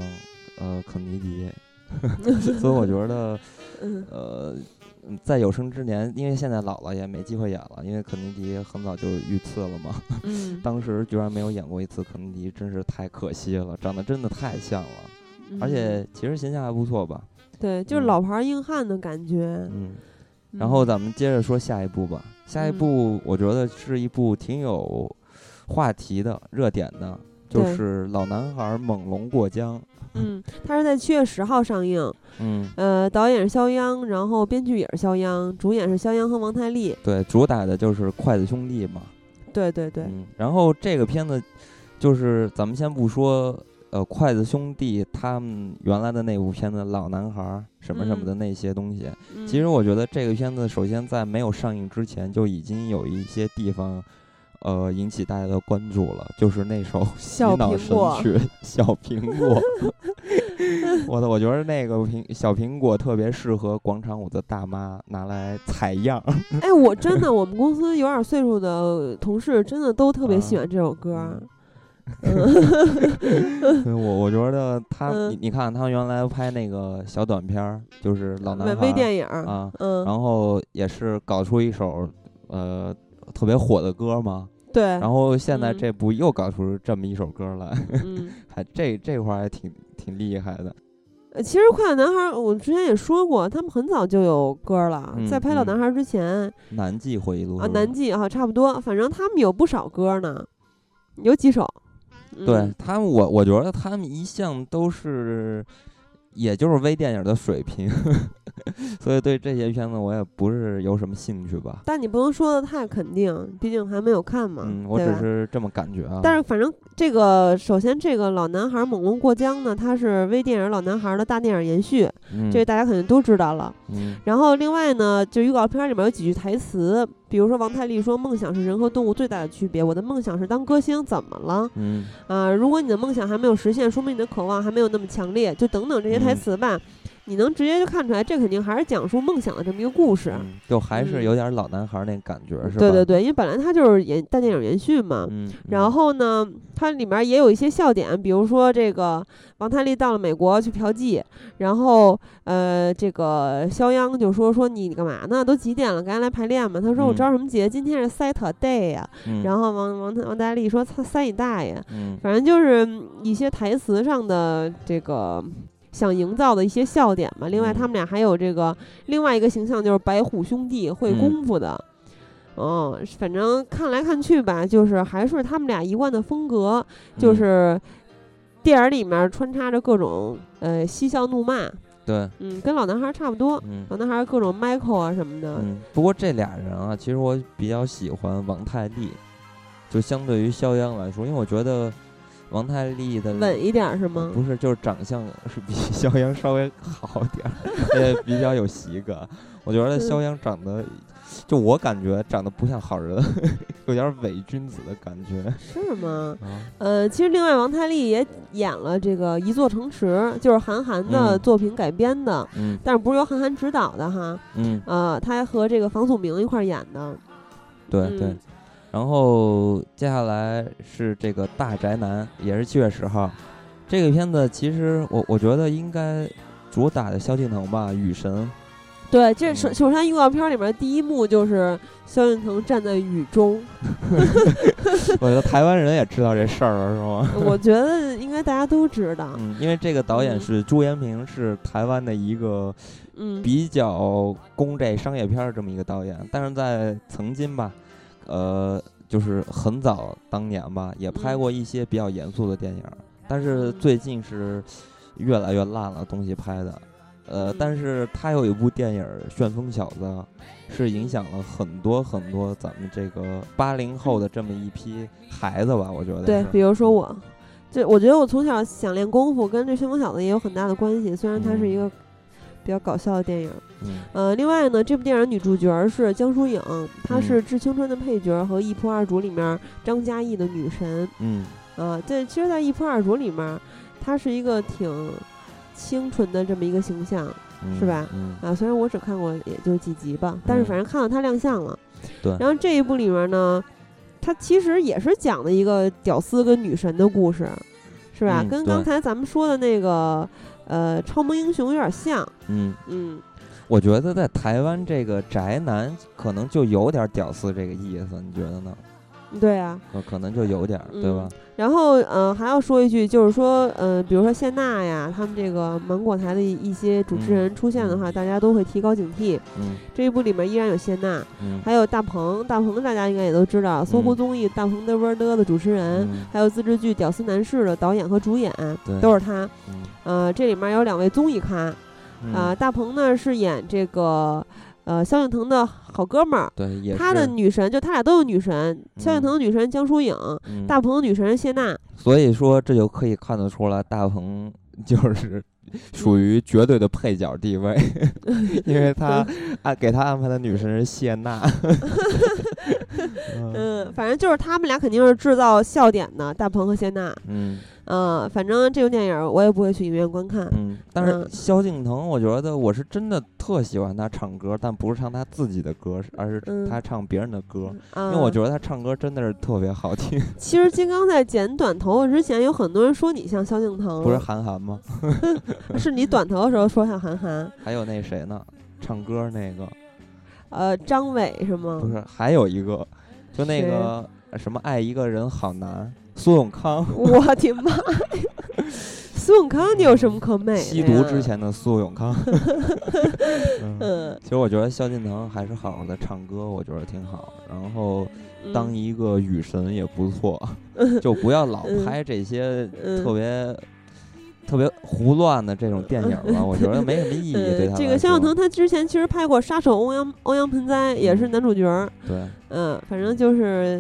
Speaker 1: 呃肯尼 迪，所以我觉得
Speaker 2: 嗯
Speaker 1: 呃嗯在有生之年，因为现在老了也没机会演了，因为肯尼迪很早就遇刺了嘛。
Speaker 2: 嗯
Speaker 1: 当时居然没有演过一次肯尼迪，真是太可惜了，长得真的太像了，而且其实形象还不错吧。
Speaker 2: 嗯对，就是
Speaker 1: 嗯
Speaker 2: 老牌儿硬汉的感觉。
Speaker 1: 嗯，然后
Speaker 2: 嗯
Speaker 1: 咱们接着说下一部吧。下一
Speaker 2: 嗯
Speaker 1: 部我觉得是一部挺有话题的、热点的，就
Speaker 2: 对
Speaker 1: 是《老男孩猛龙过江》。
Speaker 2: 嗯，他是在七月十号上映，
Speaker 1: 嗯，
Speaker 2: 呃，导演是肖央，然后编剧也是肖央，主演是肖央和王太利。
Speaker 1: 对，主打的就是筷子兄弟嘛。
Speaker 2: 对对对，
Speaker 1: 嗯，然后这个片子就是咱们先不说，呃，筷子兄弟他们原来的那部片子《老男孩》什么什么的那些东西。
Speaker 2: 嗯
Speaker 1: 其实我觉得这个片子首先在没有上映之前就已经有一些地方，呃，引起大家的关注了，就是那首洗
Speaker 2: 小
Speaker 1: 脑
Speaker 2: 苹
Speaker 1: 神
Speaker 2: 果
Speaker 1: 曲 《小苹 果》。我的，我觉得那个苹小苹果特别适合广场舞的大妈拿来采样。
Speaker 2: 哎，我真的，我们公司有点岁数的同事，真的都特别喜
Speaker 1: 啊
Speaker 2: 欢这首歌儿。
Speaker 1: 我我觉得他，
Speaker 2: 嗯
Speaker 1: 你你看他原来拍那个小短片儿，就是老男
Speaker 2: 漫
Speaker 1: 孩
Speaker 2: 威
Speaker 1: 儿
Speaker 2: 电影儿，
Speaker 1: 啊，
Speaker 2: 嗯，
Speaker 1: 然后也是搞出一首呃特别火的歌嘛。
Speaker 2: 对，
Speaker 1: 然后现在
Speaker 2: 嗯
Speaker 1: 这部又搞出这么一首歌来，
Speaker 2: 嗯，
Speaker 1: 还这这块儿还挺挺厉害的。
Speaker 2: 呃其实《快乐男孩》我之前也说过，他们很早就有歌儿了，
Speaker 1: 嗯
Speaker 2: 在拍《老
Speaker 1: 嗯
Speaker 2: 男孩》之前、
Speaker 1: 南极回忆录
Speaker 2: 啊，
Speaker 1: 是吧
Speaker 2: 南纪啊，差不多，反正他们有不少歌儿呢，有几首。嗯、
Speaker 1: 对他们，我我觉得他们一向都是，也就是微电影的水平。 所以对这些片子我也不是有什么兴趣吧。
Speaker 2: 但你不能说的太肯定，毕竟还没有看嘛，
Speaker 1: 嗯，我
Speaker 2: 对
Speaker 1: 只
Speaker 2: 吧？
Speaker 1: 是这么感觉啊。
Speaker 2: 但是反正这个，首先这个老男孩猛龙过江呢，它是微电影老男孩的大电影延续，
Speaker 1: 嗯
Speaker 2: 这个大家肯定都知道了。
Speaker 1: 嗯
Speaker 2: 然后另外呢，就预告片里面有几句台词，比如说王太利说：“梦想是人和动物最大的区别，我的梦想是当歌星，怎么了？
Speaker 1: 嗯
Speaker 2: 啊、如果你的梦想还没有实现，说明你的渴望还没有那么强烈，就等等这些台
Speaker 1: 嗯
Speaker 2: 词吧。你能直接就看出来，这肯定还是讲述梦想的这么一个故事。
Speaker 1: 嗯就还是
Speaker 2: 嗯
Speaker 1: 有点老男孩那感觉，是吧？
Speaker 2: 对对对，因为本来它就是延大电影延续嘛。
Speaker 1: 嗯，
Speaker 2: 然后呢，它里面也有一些笑点，比如说这个王太利到了美国去嫖妓，然后呃，这个肖央就说说你干嘛呢？都几点了？赶紧来排练嘛。他说我
Speaker 1: 嗯
Speaker 2: 着什么急？今天是 Saturday 呀、
Speaker 1: 嗯，后
Speaker 2: 然后王王王太利说他塞你大爷！
Speaker 1: 嗯
Speaker 2: 反正就是嗯一些台词上的这个。想营造的一些笑点吧。另
Speaker 1: 嗯
Speaker 2: 外，他们俩还有这个另外一个形象，就是白虎兄弟会
Speaker 1: 嗯
Speaker 2: 功夫的。嗯，反正看来看去吧，就是还是他们俩一贯的风格，就
Speaker 1: 嗯
Speaker 2: 是电影里面穿插着各种呃嬉笑怒骂，
Speaker 1: 对，
Speaker 2: 嗯，跟老男孩差不多。
Speaker 1: 嗯
Speaker 2: 老男孩各种 Michael 啊什么的，
Speaker 1: 嗯。不过这俩人啊，其实我比较喜欢王太利，就相对于肖央来说，因为我觉得王太利的
Speaker 2: 稳一点是吗？
Speaker 1: 不是，就是长相是比肖央稍微好点儿， 也比较有喜感。我觉得肖央长得，就我感觉长得不像好人， 有点儿伪君子的感觉
Speaker 2: 是吗？
Speaker 1: 啊。
Speaker 2: 呃，其实另外王太利也演了这个《一座城池》，就是韩寒的
Speaker 1: 嗯
Speaker 2: 作品改编的，
Speaker 1: 嗯
Speaker 2: 但是不是由韩寒执导的哈？
Speaker 1: 嗯，
Speaker 2: 呃，他还和这个房祖名一块儿演的。
Speaker 1: 对
Speaker 2: 嗯
Speaker 1: 对。然后接下来是这个《大宅男》，也是七月十号。这个片子其实我我觉得应该主打的萧敬腾吧，雨神。
Speaker 2: 对，这首
Speaker 1: 嗯
Speaker 2: 首先预告片里面第一幕就是萧敬腾站在雨 中，
Speaker 1: 我觉得台湾人也知道这事儿了，是吗？
Speaker 2: 我觉得应该大家都知道。
Speaker 1: 嗯，因为这个导演
Speaker 2: 嗯
Speaker 1: 是朱延平，是台湾的一个
Speaker 2: 嗯，
Speaker 1: 比较攻这商业片儿这么一个导演，但是在曾经吧，呃，就是很早当年吧，也拍
Speaker 2: 嗯
Speaker 1: 过一些比较严肃的电影儿，但是最近是越来越烂了东西拍的，呃，
Speaker 2: 嗯
Speaker 1: 但是他有一部电影儿《旋风小子》，是影响了很多很多咱们这个八零后的这么一批孩子吧，我觉得
Speaker 2: 对，
Speaker 1: 是
Speaker 2: 比如说我，这我觉得我从小想练功夫，跟这旋风小子也有很大的关系。虽然它是一个比较搞笑的电影，
Speaker 1: 嗯
Speaker 2: 呃，另外呢，这部电影女主角是江疏影，她
Speaker 1: 嗯
Speaker 2: 是《致青春》的配角和《一仆二主》里面张嘉译的女神。
Speaker 1: 嗯
Speaker 2: 啊，对，其实，在《一仆二主》里面，她是一个挺清纯的这么一个形象
Speaker 1: 嗯
Speaker 2: 是吧
Speaker 1: 嗯
Speaker 2: 啊。虽然我只看过也就几集吧，但是反正看到她亮相了。
Speaker 1: 对
Speaker 2: 然后这一部里面呢，它其实也是讲的一个屌丝跟女神的故事，是吧？
Speaker 1: 嗯
Speaker 2: 跟刚
Speaker 1: 对
Speaker 2: 才咱们说的那个呃超萌英雄有点像，
Speaker 1: 嗯。
Speaker 2: 嗯。
Speaker 1: 我觉得在台湾这个宅男可能就有点屌丝这个意思，你觉得呢？
Speaker 2: 对啊，
Speaker 1: 可可能就有点
Speaker 2: 嗯
Speaker 1: 儿，对吧？
Speaker 2: 然后，呃，还要说一句，就是说，呃，比如说谢娜呀，他们这个芒果台的一些主持人出现的话，大家都会提高警惕。
Speaker 1: 嗯
Speaker 2: 这一部里面依然有谢娜，
Speaker 1: 嗯
Speaker 2: 还有大鹏，大鹏大家应该也都知道，搜
Speaker 1: 嗯
Speaker 2: 狐综艺《大鹏的味儿的》的主持人，
Speaker 1: 嗯
Speaker 2: 还有自制剧《屌丝男士》的导演和主演，
Speaker 1: 对
Speaker 2: 都是他。
Speaker 1: 嗯
Speaker 2: 呃，这里面有两位综艺咖，
Speaker 1: 嗯
Speaker 2: 啊、大鹏呢是演这个，呃，萧敬腾的好哥们儿。
Speaker 1: 对，也
Speaker 2: 他的
Speaker 1: 是
Speaker 2: 女神就他俩都有女神，萧敬
Speaker 1: 嗯
Speaker 2: 腾的女神江疏影，
Speaker 1: 嗯
Speaker 2: 大鹏的女神谢娜，
Speaker 1: 所以说这就可以看得出来，大鹏
Speaker 2: 嗯
Speaker 1: 就是属于绝对的配角地 位，因为他按给他安排的女神是谢 娜。
Speaker 2: 嗯，反正就是他们俩肯定是制造笑点的，大鹏和谢娜。
Speaker 1: 嗯
Speaker 2: 嗯、反正这部电影我也不会去影院观看。
Speaker 1: 嗯，但是
Speaker 2: 嗯
Speaker 1: 萧敬腾，我觉得我是真的特喜欢他唱歌，但不是唱他自己的歌，而
Speaker 2: 嗯
Speaker 1: 是他唱别人的歌。
Speaker 2: 啊、
Speaker 1: 嗯因为我觉得他唱歌真的是特别好听，
Speaker 2: 嗯其实金刚在剪短头发之前，有很多人说你像萧敬腾，
Speaker 1: 不是韩寒吗？
Speaker 2: 是，你短头的时候说像韩寒，
Speaker 1: 还有那谁呢？唱歌那个
Speaker 2: 呃，张伟是吗？
Speaker 1: 不是，还有一个，就那
Speaker 2: 嗯谁
Speaker 1: 个什么爱一个人好难，苏永 康，
Speaker 2: 我的妈呀！苏永康，你有什么可美的呀？
Speaker 1: 吸毒之，前的苏永 康。嗯
Speaker 2: 嗯，
Speaker 1: 其实我觉得萧敬腾还是好好的唱歌，我觉得挺好。然后
Speaker 2: 嗯
Speaker 1: 当一个 雨神也不错，就不要老
Speaker 2: 嗯
Speaker 1: 拍这些
Speaker 2: 嗯
Speaker 1: 特别特别胡乱的这种电影吧，我觉得没什么意义。对
Speaker 2: 呃
Speaker 1: 他，
Speaker 2: 这
Speaker 1: 来说
Speaker 2: 个萧敬腾他之前其实拍过《杀手欧阳欧阳盆栽》，也是男主角儿。
Speaker 1: 对，
Speaker 2: 嗯，反正就是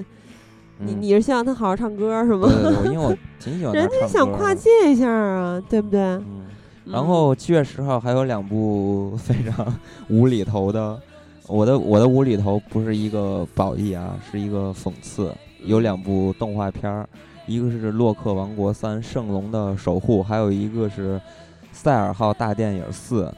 Speaker 2: 你
Speaker 1: 嗯
Speaker 2: 你是希望他好好唱歌是吗
Speaker 1: 对？对对，因为我挺喜欢
Speaker 2: 人
Speaker 1: 他
Speaker 2: 家
Speaker 1: 唱
Speaker 2: 想
Speaker 1: 歌
Speaker 2: 跨
Speaker 1: 的
Speaker 2: 界一下啊，对不对？
Speaker 1: 嗯，然后七月十号还有两部非常无厘头的，我的我的无厘头不是一个褒义啊，是一个讽刺。有两部动画片儿，一个是《洛克王国三：圣龙的守护》，还有一个是《赛尔号大电影四》《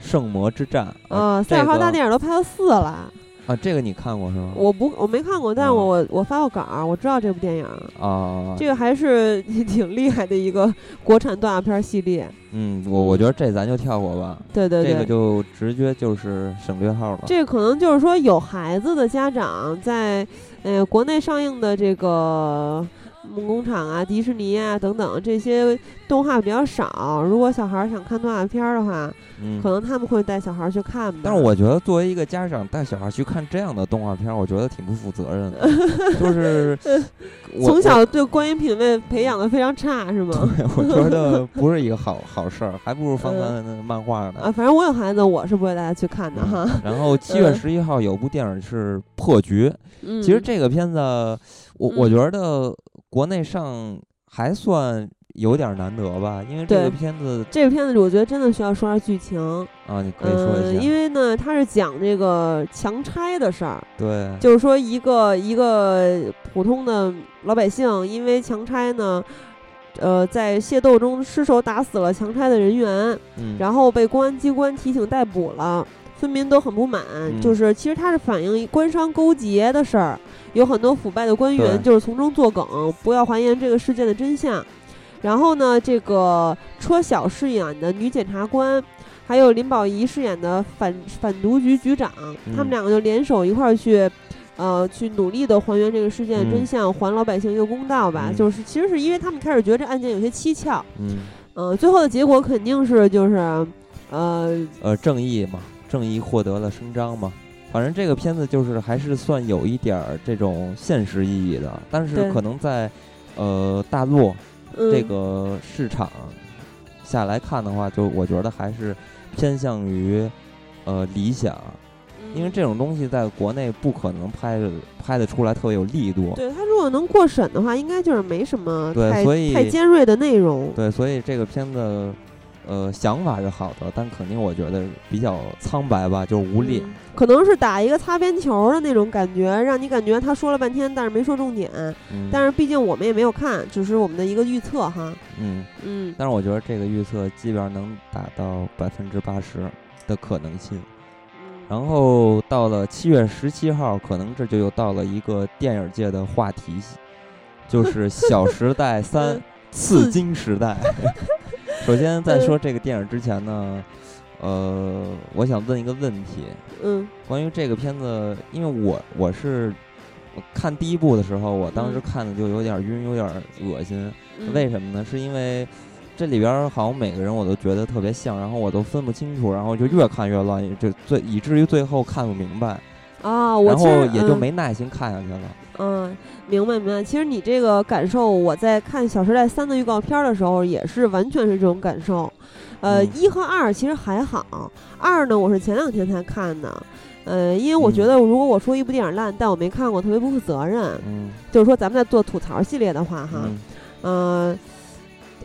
Speaker 1: 圣魔之战》啊
Speaker 2: 啊，赛尔号大电影都拍到四了，
Speaker 1: 啊，这个你看过是吗？
Speaker 2: 我不我没看过，但
Speaker 1: 嗯
Speaker 2: 我我发过稿儿，我知道这部电影儿，
Speaker 1: 啊，
Speaker 2: 这个还是 挺厉害的一个国产动画片儿系列。
Speaker 1: 嗯，我我觉得这咱就跳过吧，嗯
Speaker 2: 对对
Speaker 1: 这
Speaker 2: 对
Speaker 1: 个，就直接就是省略号了。
Speaker 2: 这可能就是说，有孩子的家长在呃国内上映的这个梦工厂啊、迪士尼啊等等这些动画比较少。如果小孩儿想看动画片儿的话，
Speaker 1: 嗯
Speaker 2: 可，能他们会带小孩儿去看吧。
Speaker 1: 但 是我觉得作为一个家长带小孩去看这样的动画片儿，我觉得挺不负责任 的。就是我
Speaker 2: 从小对观影品味培养的非常差，是吗？
Speaker 1: 我觉得不是一个好好事儿，还不如翻
Speaker 2: 呃
Speaker 1: 翻那漫画呢。
Speaker 2: 啊，反正我有孩子，我是不会带他去看的哈。
Speaker 1: 嗯然后七月
Speaker 2: 嗯
Speaker 1: 十一号有部电影是《破局》，
Speaker 2: 嗯，
Speaker 1: 其实这个片子，我我
Speaker 2: 嗯
Speaker 1: 觉得国内上还算有点儿难得吧，因为这
Speaker 2: 对
Speaker 1: 个片子
Speaker 2: 这个片子，我觉得真的需要说下剧情。
Speaker 1: 啊，你可以说
Speaker 2: 嗯，
Speaker 1: 一下
Speaker 2: 因。为呢，它是讲这个强拆的事儿。
Speaker 1: 对，
Speaker 2: 就是说一个一个普通的老百姓，因为强拆呢，呃，在械斗中失手打死了强拆的人员，
Speaker 1: 嗯，
Speaker 2: 然后被公安机关提请逮捕了。村民都很不满，
Speaker 1: 嗯
Speaker 2: 就是其实它是反映官商勾结的事儿，有很多腐败的官员
Speaker 1: 对
Speaker 2: 就是从中作梗，不要还原这个事件的真相。然后呢，这个车晓饰演的女检察官，还有林保怡饰演的反反毒局局长，他们
Speaker 1: 嗯
Speaker 2: 两个就联手一块儿去，呃，去努力的还原这个事件的真
Speaker 1: 嗯
Speaker 2: 相，还老百姓一个公道吧。
Speaker 1: 嗯
Speaker 2: 就是其实是因为他们开始觉得这案件有些蹊跷，
Speaker 1: 嗯，
Speaker 2: 嗯、最后的结果肯定是就是，呃，
Speaker 1: 呃，正义嘛，正义获得了伸张嘛。反正这个片子就是还是算有一点儿这种现实意义的，但
Speaker 2: 对
Speaker 1: 是可能在呃大陆
Speaker 2: 嗯、
Speaker 1: 这个市场下来看的话，就我觉得还是偏向于呃理想，因为
Speaker 2: 嗯
Speaker 1: 这种东西在国内不可能拍的拍得出来特别有力度。
Speaker 2: 对他如果能过审的话，应该就是没什么
Speaker 1: 对
Speaker 2: 太
Speaker 1: 所以
Speaker 2: 太尖锐的内容。
Speaker 1: 对，所以这个片子，呃，想法是好的，但肯定我觉得比较苍白吧，就是无力。
Speaker 2: 嗯可能是打一个擦边球的那种感觉，让你感觉他说了半天，但是没说重点。
Speaker 1: 嗯，
Speaker 2: 但是毕竟我们也没有看，只是我们的一个预测哈。
Speaker 1: 嗯，
Speaker 2: 嗯，
Speaker 1: 但是我觉得这个预测基本上能达到百分之八十的可能性。然后到了七月十七号，可能这就又到了一个电影界的话题， 就是《小时代三》
Speaker 2: 嗯
Speaker 1: 刺
Speaker 2: 刺
Speaker 1: 金时 代。首先，在
Speaker 2: 嗯
Speaker 1: 说这个电影之前呢，呃，我想问一个问题，
Speaker 2: 嗯
Speaker 1: 关于这个片子，因为我我是我看第一部的时候，我当时
Speaker 2: 嗯
Speaker 1: 看的就有点晕，有点恶心。
Speaker 2: 嗯，
Speaker 1: 为什么呢？是因为这里边儿好像每个人我都觉得特别像，然后我都分不清楚，然后就越看越乱，也就最以至于最后看不明白，
Speaker 2: 啊，我
Speaker 1: 然
Speaker 2: 其
Speaker 1: 后
Speaker 2: 实
Speaker 1: 也就
Speaker 2: 嗯
Speaker 1: 没耐心看下去了。
Speaker 2: 嗯，明白明白。其实你这个感受，我在看《小时代三》的预告片儿的时候，也是完全是这种感受。呃，
Speaker 1: 嗯
Speaker 2: 一和二其实还好，二呢我是前两天才看的。呃，因为我觉
Speaker 1: 嗯
Speaker 2: 得如果我说一部电影烂，但我没看过，特别不负责任。
Speaker 1: 嗯
Speaker 2: 就是说咱们在做吐槽系列的话，哈，
Speaker 1: 嗯
Speaker 2: 嗯，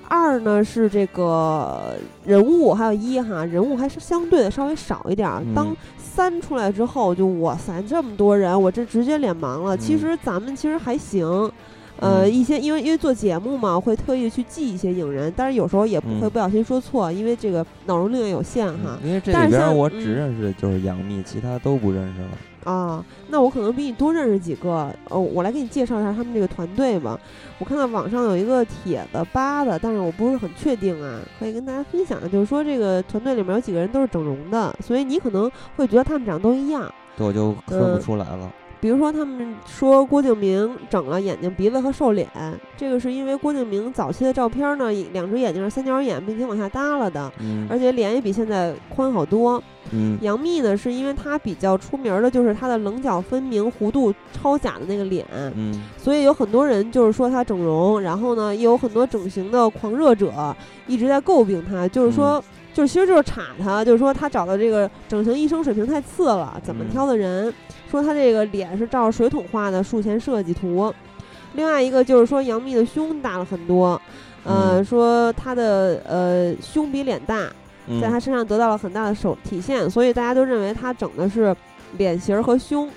Speaker 2: 二呢是这个人物，还有一哈人物还是相对的稍微少一点儿。
Speaker 1: 嗯
Speaker 2: 当三出来之后，就哇塞这么多人，我这直接脸盲了。其
Speaker 1: 嗯
Speaker 2: 实咱们其实还行。呃，
Speaker 1: 嗯
Speaker 2: 一些因为因为做节目嘛，会特意去记一些影人，但是有时候也不会
Speaker 1: 嗯
Speaker 2: 不小心说错，因为这个脑容量有限哈
Speaker 1: 嗯，因为这
Speaker 2: 但
Speaker 1: 里
Speaker 2: 是
Speaker 1: 边儿
Speaker 2: 像
Speaker 1: 我
Speaker 2: 嗯
Speaker 1: 只认识就是杨幂，其他都不认识了。
Speaker 2: 啊。那我可能比你多认识几个，哦，我来给你介绍一下他们这个团队吧。我看到网上有一个帖子扒的，但是我不是很确定啊，可以跟大家分享，啊就是说这个团队里面有几个人都是整容的，所以你可能会觉得他们长得都一样。
Speaker 1: 对，我就分不
Speaker 2: 嗯
Speaker 1: 出来了。
Speaker 2: 比如说，他们说郭敬明整了眼睛、鼻子和瘦脸，这个是因为郭敬明早期的照片呢，两只眼睛是三角眼，并且往下耷拉的，
Speaker 1: 嗯
Speaker 2: 而且脸也比现在宽好多。
Speaker 1: 嗯
Speaker 2: 杨幂呢，是因为她比较出名儿的就是她的棱角分明、弧度超假的那个脸，
Speaker 1: 嗯
Speaker 2: 所以有很多人就是说她整容，然后呢，也有很多整形的狂热者一直在诟病她，就是说，
Speaker 1: 嗯
Speaker 2: 就是其实就是查她，就是说她找的这个整形医生水平太次了，怎么
Speaker 1: 嗯
Speaker 2: 挑的人，说她这个脸是照水桶画的术前设计图。另外一个就是说杨幂的胸大了很多，呃，
Speaker 1: 嗯
Speaker 2: 说她的呃胸比脸大，
Speaker 1: 嗯，
Speaker 2: 在她身上得到了很大的手体现，所以大家都认为她整的是脸型儿和胸。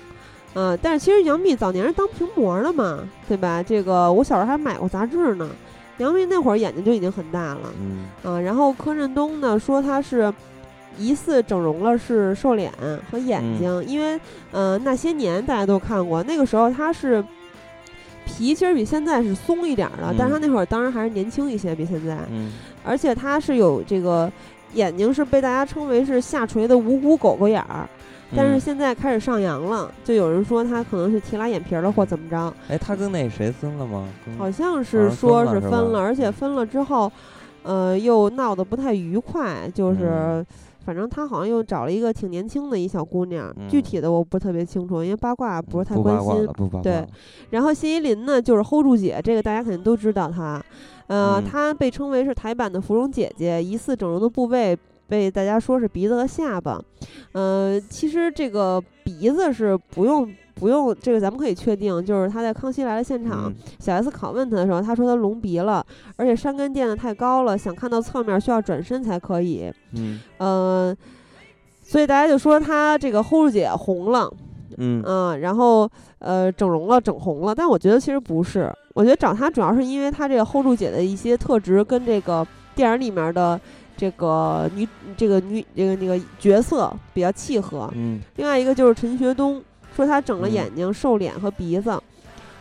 Speaker 2: 嗯、但是其实杨幂早年是当平模儿的嘛，对吧？这个我小时候还买过杂志呢。杨幂那会儿眼睛就已经很大了，
Speaker 1: 嗯
Speaker 2: 啊、然后柯震东呢说她是疑似整容了，是瘦脸和眼
Speaker 1: 嗯
Speaker 2: 睛，因为呃那些年大家都看过，那个时候她是皮其实比现在是松一点儿的，但是她
Speaker 1: 嗯
Speaker 2: 那会儿当然还是年轻一些，比现在，
Speaker 1: 嗯
Speaker 2: 而且它是有这个眼睛是被大家称为是下垂的无辜狗狗眼儿，但是
Speaker 1: 嗯
Speaker 2: 现在开始上扬了，就有人说它可能是提拉眼皮儿了或怎么着，
Speaker 1: 哎，他跟那谁分了吗？跟
Speaker 2: 好
Speaker 1: 嗯
Speaker 2: 像
Speaker 1: 好
Speaker 2: 是
Speaker 1: 像
Speaker 2: 说
Speaker 1: 分了
Speaker 2: 是
Speaker 1: 是
Speaker 2: 分
Speaker 1: 吧嗯
Speaker 2: 了，而且分了之后，呃，又闹得不太愉快，就是。
Speaker 1: 嗯
Speaker 2: 反正他好像又找了一个挺年轻的一小姑娘，具
Speaker 1: 嗯
Speaker 2: 体的我不特别清楚，因为八卦不是太
Speaker 1: 不
Speaker 2: 关
Speaker 1: 八卦
Speaker 2: 心
Speaker 1: 了，。不八卦
Speaker 2: 对
Speaker 1: 了，
Speaker 2: 然后谢依霖呢，就是 hold 住姐，这个大家肯定都知道她，呃，
Speaker 1: 嗯
Speaker 2: 她被称为是台版的芙蓉姐姐，疑似整容的部位被大家说是鼻子和下巴，呃，其实这个鼻子是不用不用，这个咱们可以确定，就是她在《康熙来了》现场，
Speaker 1: 嗯
Speaker 2: 小 S 拷问她的时候，她说她隆鼻了，而且山根垫的太高了，想看到侧面需要转身才可以，
Speaker 1: 嗯
Speaker 2: 呃，所以大家就说她这个 hold 住姐红了。
Speaker 1: 嗯
Speaker 2: 嗯，然后呃，整容了，整红了，但我觉得其实不是，我觉得找她主要是因为她这个 hold 住姐的一些特质跟这个电影里面的这个女这个女这个那个角色比较契合。
Speaker 1: 嗯，
Speaker 2: 另外一个就是陈学冬说她整了
Speaker 1: 嗯
Speaker 2: 眼睛、瘦脸和鼻子，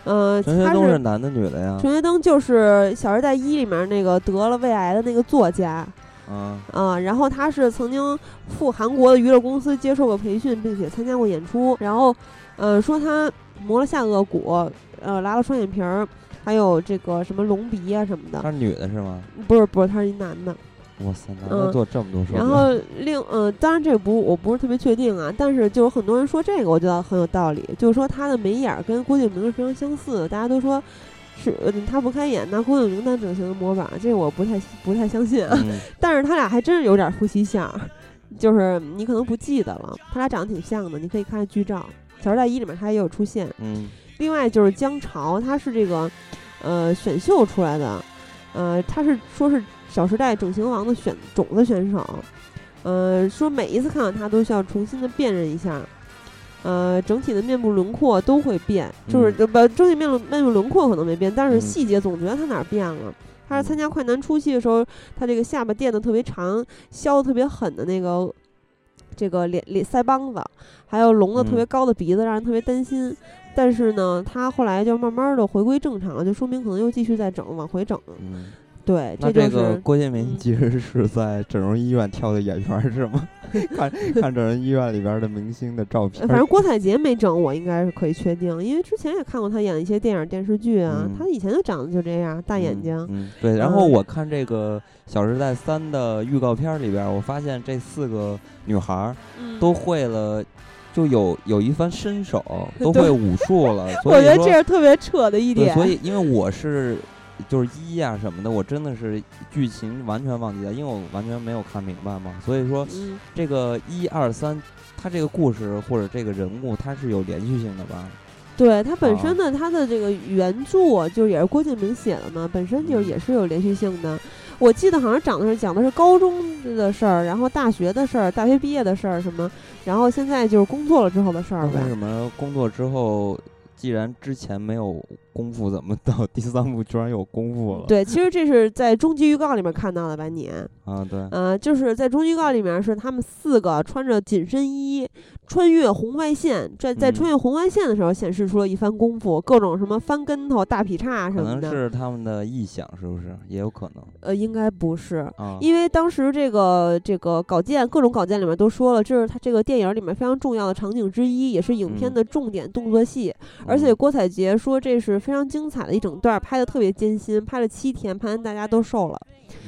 Speaker 2: 嗯、呃，
Speaker 1: 陈学
Speaker 2: 她
Speaker 1: 冬是
Speaker 2: 是
Speaker 1: 男的女的呀？
Speaker 2: 陈学冬就是《小时代一》里面那个得了胃癌的那个作家。
Speaker 1: 啊，
Speaker 2: 啊，然后他是曾经赴韩国的娱乐公司接受过培训，并且参加过演出。然后，呃，说他磨了下颚骨，呃，拉了双眼皮儿，还有这个什么隆鼻啊什么的。
Speaker 1: 她是女的是吗？
Speaker 2: 不是不是，他是一男的。
Speaker 1: 哇塞，男
Speaker 2: 嗯
Speaker 1: 的做这么多手术，
Speaker 2: 然后另呃，当然这个不我不是特别确定啊，但是就有很多人说这个，我觉得很有道理，就是说他的眉眼儿跟郭敬明是非常相似的，大家都说。是呃他不开眼，拿郭敬明当整形的模板，这个我不太不太相信啊。
Speaker 1: 嗯
Speaker 2: 但是他俩还真是有点夫妻相儿，就是你可能不记得了，他俩长得挺像的，你可以看看剧照，《小时代一》里面他也有出现。
Speaker 1: 嗯
Speaker 2: 另外就是姜潮，他是这个呃选秀出来的，呃，他是说是《小时代》整形王的选种子选手，呃，说每一次看到他都需要重新的辨认一下。呃，整体的面部轮廓都会变，就是
Speaker 1: 嗯
Speaker 2: 呃不、整体面部面部轮廓可能没变，但是
Speaker 1: 嗯
Speaker 2: 细节总觉得他哪儿变了。他是参加快男初期的时候，他这个下巴垫的特别长，削的特别狠的那个，这个脸脸腮帮子，还有隆的特别
Speaker 1: 嗯
Speaker 2: 高的鼻子，让人特别担心。但是呢，他后来就慢慢的回归正常了，就说明可能又继续在整，往回整。
Speaker 1: 嗯，
Speaker 2: 对，
Speaker 1: 那
Speaker 2: 就
Speaker 1: 这
Speaker 2: 是
Speaker 1: 个郭敬明
Speaker 2: 嗯
Speaker 1: 其实是在整容医院挑的演员儿是吗？ 看看整容医院里边儿的明星的照片
Speaker 2: 呃
Speaker 1: 儿，
Speaker 2: 反正郭采洁没整，我应该是可以确定，因为之前也看过她演一些电影电视剧啊，
Speaker 1: 嗯
Speaker 2: 她以前就长得就这样，大眼睛。
Speaker 1: 嗯，嗯对。然后
Speaker 2: 嗯
Speaker 1: 我看这个《小时代三》的预告片儿里边儿，我发现这四个女孩儿
Speaker 2: 嗯
Speaker 1: 都会了，就有有一番身手， 都
Speaker 2: 对
Speaker 1: 会武术了。所
Speaker 2: 我
Speaker 1: 以
Speaker 2: 觉得
Speaker 1: 说
Speaker 2: 这是特别扯的一
Speaker 1: 对，
Speaker 2: 点。
Speaker 1: 所以因为我是就是一呀、什么的，我真的是剧情完全忘记了，因为我完全没有看明白嘛。所以说
Speaker 2: 嗯，
Speaker 1: 这个一二三，它这个故事或者这个人物，它是有连续性的吧？
Speaker 2: 对它本
Speaker 1: 啊
Speaker 2: 身呢，它的这个原著就是也是郭敬明写的嘛，本身就
Speaker 1: 嗯
Speaker 2: 是也是有连续性的。我记得好像讲的是讲的是高中的事儿，然后大学的事儿，大学毕业的事儿什么，然后现在就是工作了之后的事
Speaker 1: 那
Speaker 2: 儿呗
Speaker 1: 为。什么工作之后，既然之前没有功夫，怎么到第三部居然有功夫了？
Speaker 2: 对，其实这是在终极预告里面看到的吧？你，
Speaker 1: 啊，对，
Speaker 2: 呃，就是在终极预告里面是他们四个穿着紧身衣、穿越红外线，在在
Speaker 1: 嗯
Speaker 2: 穿越红外线的时候显示出了一番功夫，各种什么翻跟头、大劈叉什
Speaker 1: 可
Speaker 2: 么
Speaker 1: 能
Speaker 2: 的。
Speaker 1: 是他们的臆想，是不是？也有可能
Speaker 2: 呃，应该不是，
Speaker 1: 啊。
Speaker 2: 因为当时这个这个稿件，各种稿件里面都说了，这是他这个电影里面非常重要的场景之一，也是影片
Speaker 1: 嗯
Speaker 2: 的重点动作戏。而且
Speaker 1: 嗯
Speaker 2: 郭采洁说这是非常精彩的一整段，拍的特别艰辛，拍了七天，拍完大家都瘦了。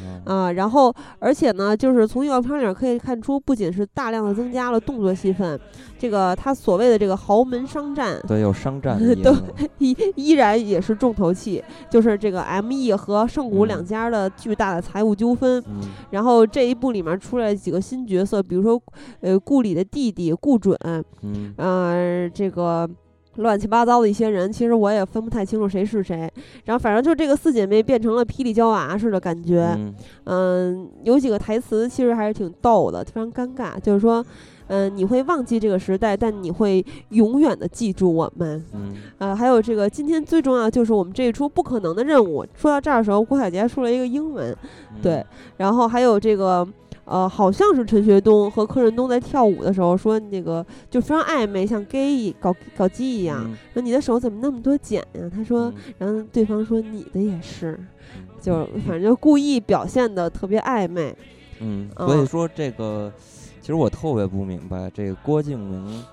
Speaker 1: 嗯
Speaker 2: 啊，然后而且呢，就是从预告片里面可以看出，不仅是大量的增加了动作戏份，这个他所谓的这个豪门商战
Speaker 1: 对，有商战的意
Speaker 2: 都
Speaker 1: 思。
Speaker 2: 依依然也是重头戏，就是这个 M E 和圣谷两
Speaker 1: 嗯
Speaker 2: 家的巨大的财务纠纷。
Speaker 1: 嗯，
Speaker 2: 然后这一部里面出来几个新角色，比如说呃顾里的弟弟顾准，
Speaker 1: 嗯，
Speaker 2: 呃这个。乱七八糟的一些人，其实我也分不太清楚谁是谁。然后反正就这个四姐妹变成了霹雳娇娃似的感觉，
Speaker 1: 嗯
Speaker 2: 嗯，有几个台词其实还是挺逗的，非常尴尬，就是说。嗯，你会忘记这个时代，但你会永远的记住我们。
Speaker 1: 嗯
Speaker 2: 呃，还有这个，今天最重要的就是我们这一出不可能的任务。说到这儿的时候，郭采洁说了一个英文，
Speaker 1: 嗯
Speaker 2: 对，然后还有这个，呃，好像是陈学冬和柯震东在跳舞的时候说那个就非常暧昧，像 gay 一搞搞基一样，
Speaker 1: 嗯
Speaker 2: 说你的手怎么那么多茧呀、他说，
Speaker 1: 嗯
Speaker 2: 然后对方说你的也是，
Speaker 1: 嗯
Speaker 2: 就反正就故意表现的特别暧昧。
Speaker 1: 嗯，
Speaker 2: 嗯
Speaker 1: 所以说这个，其实我特别不明白这个郭敬明，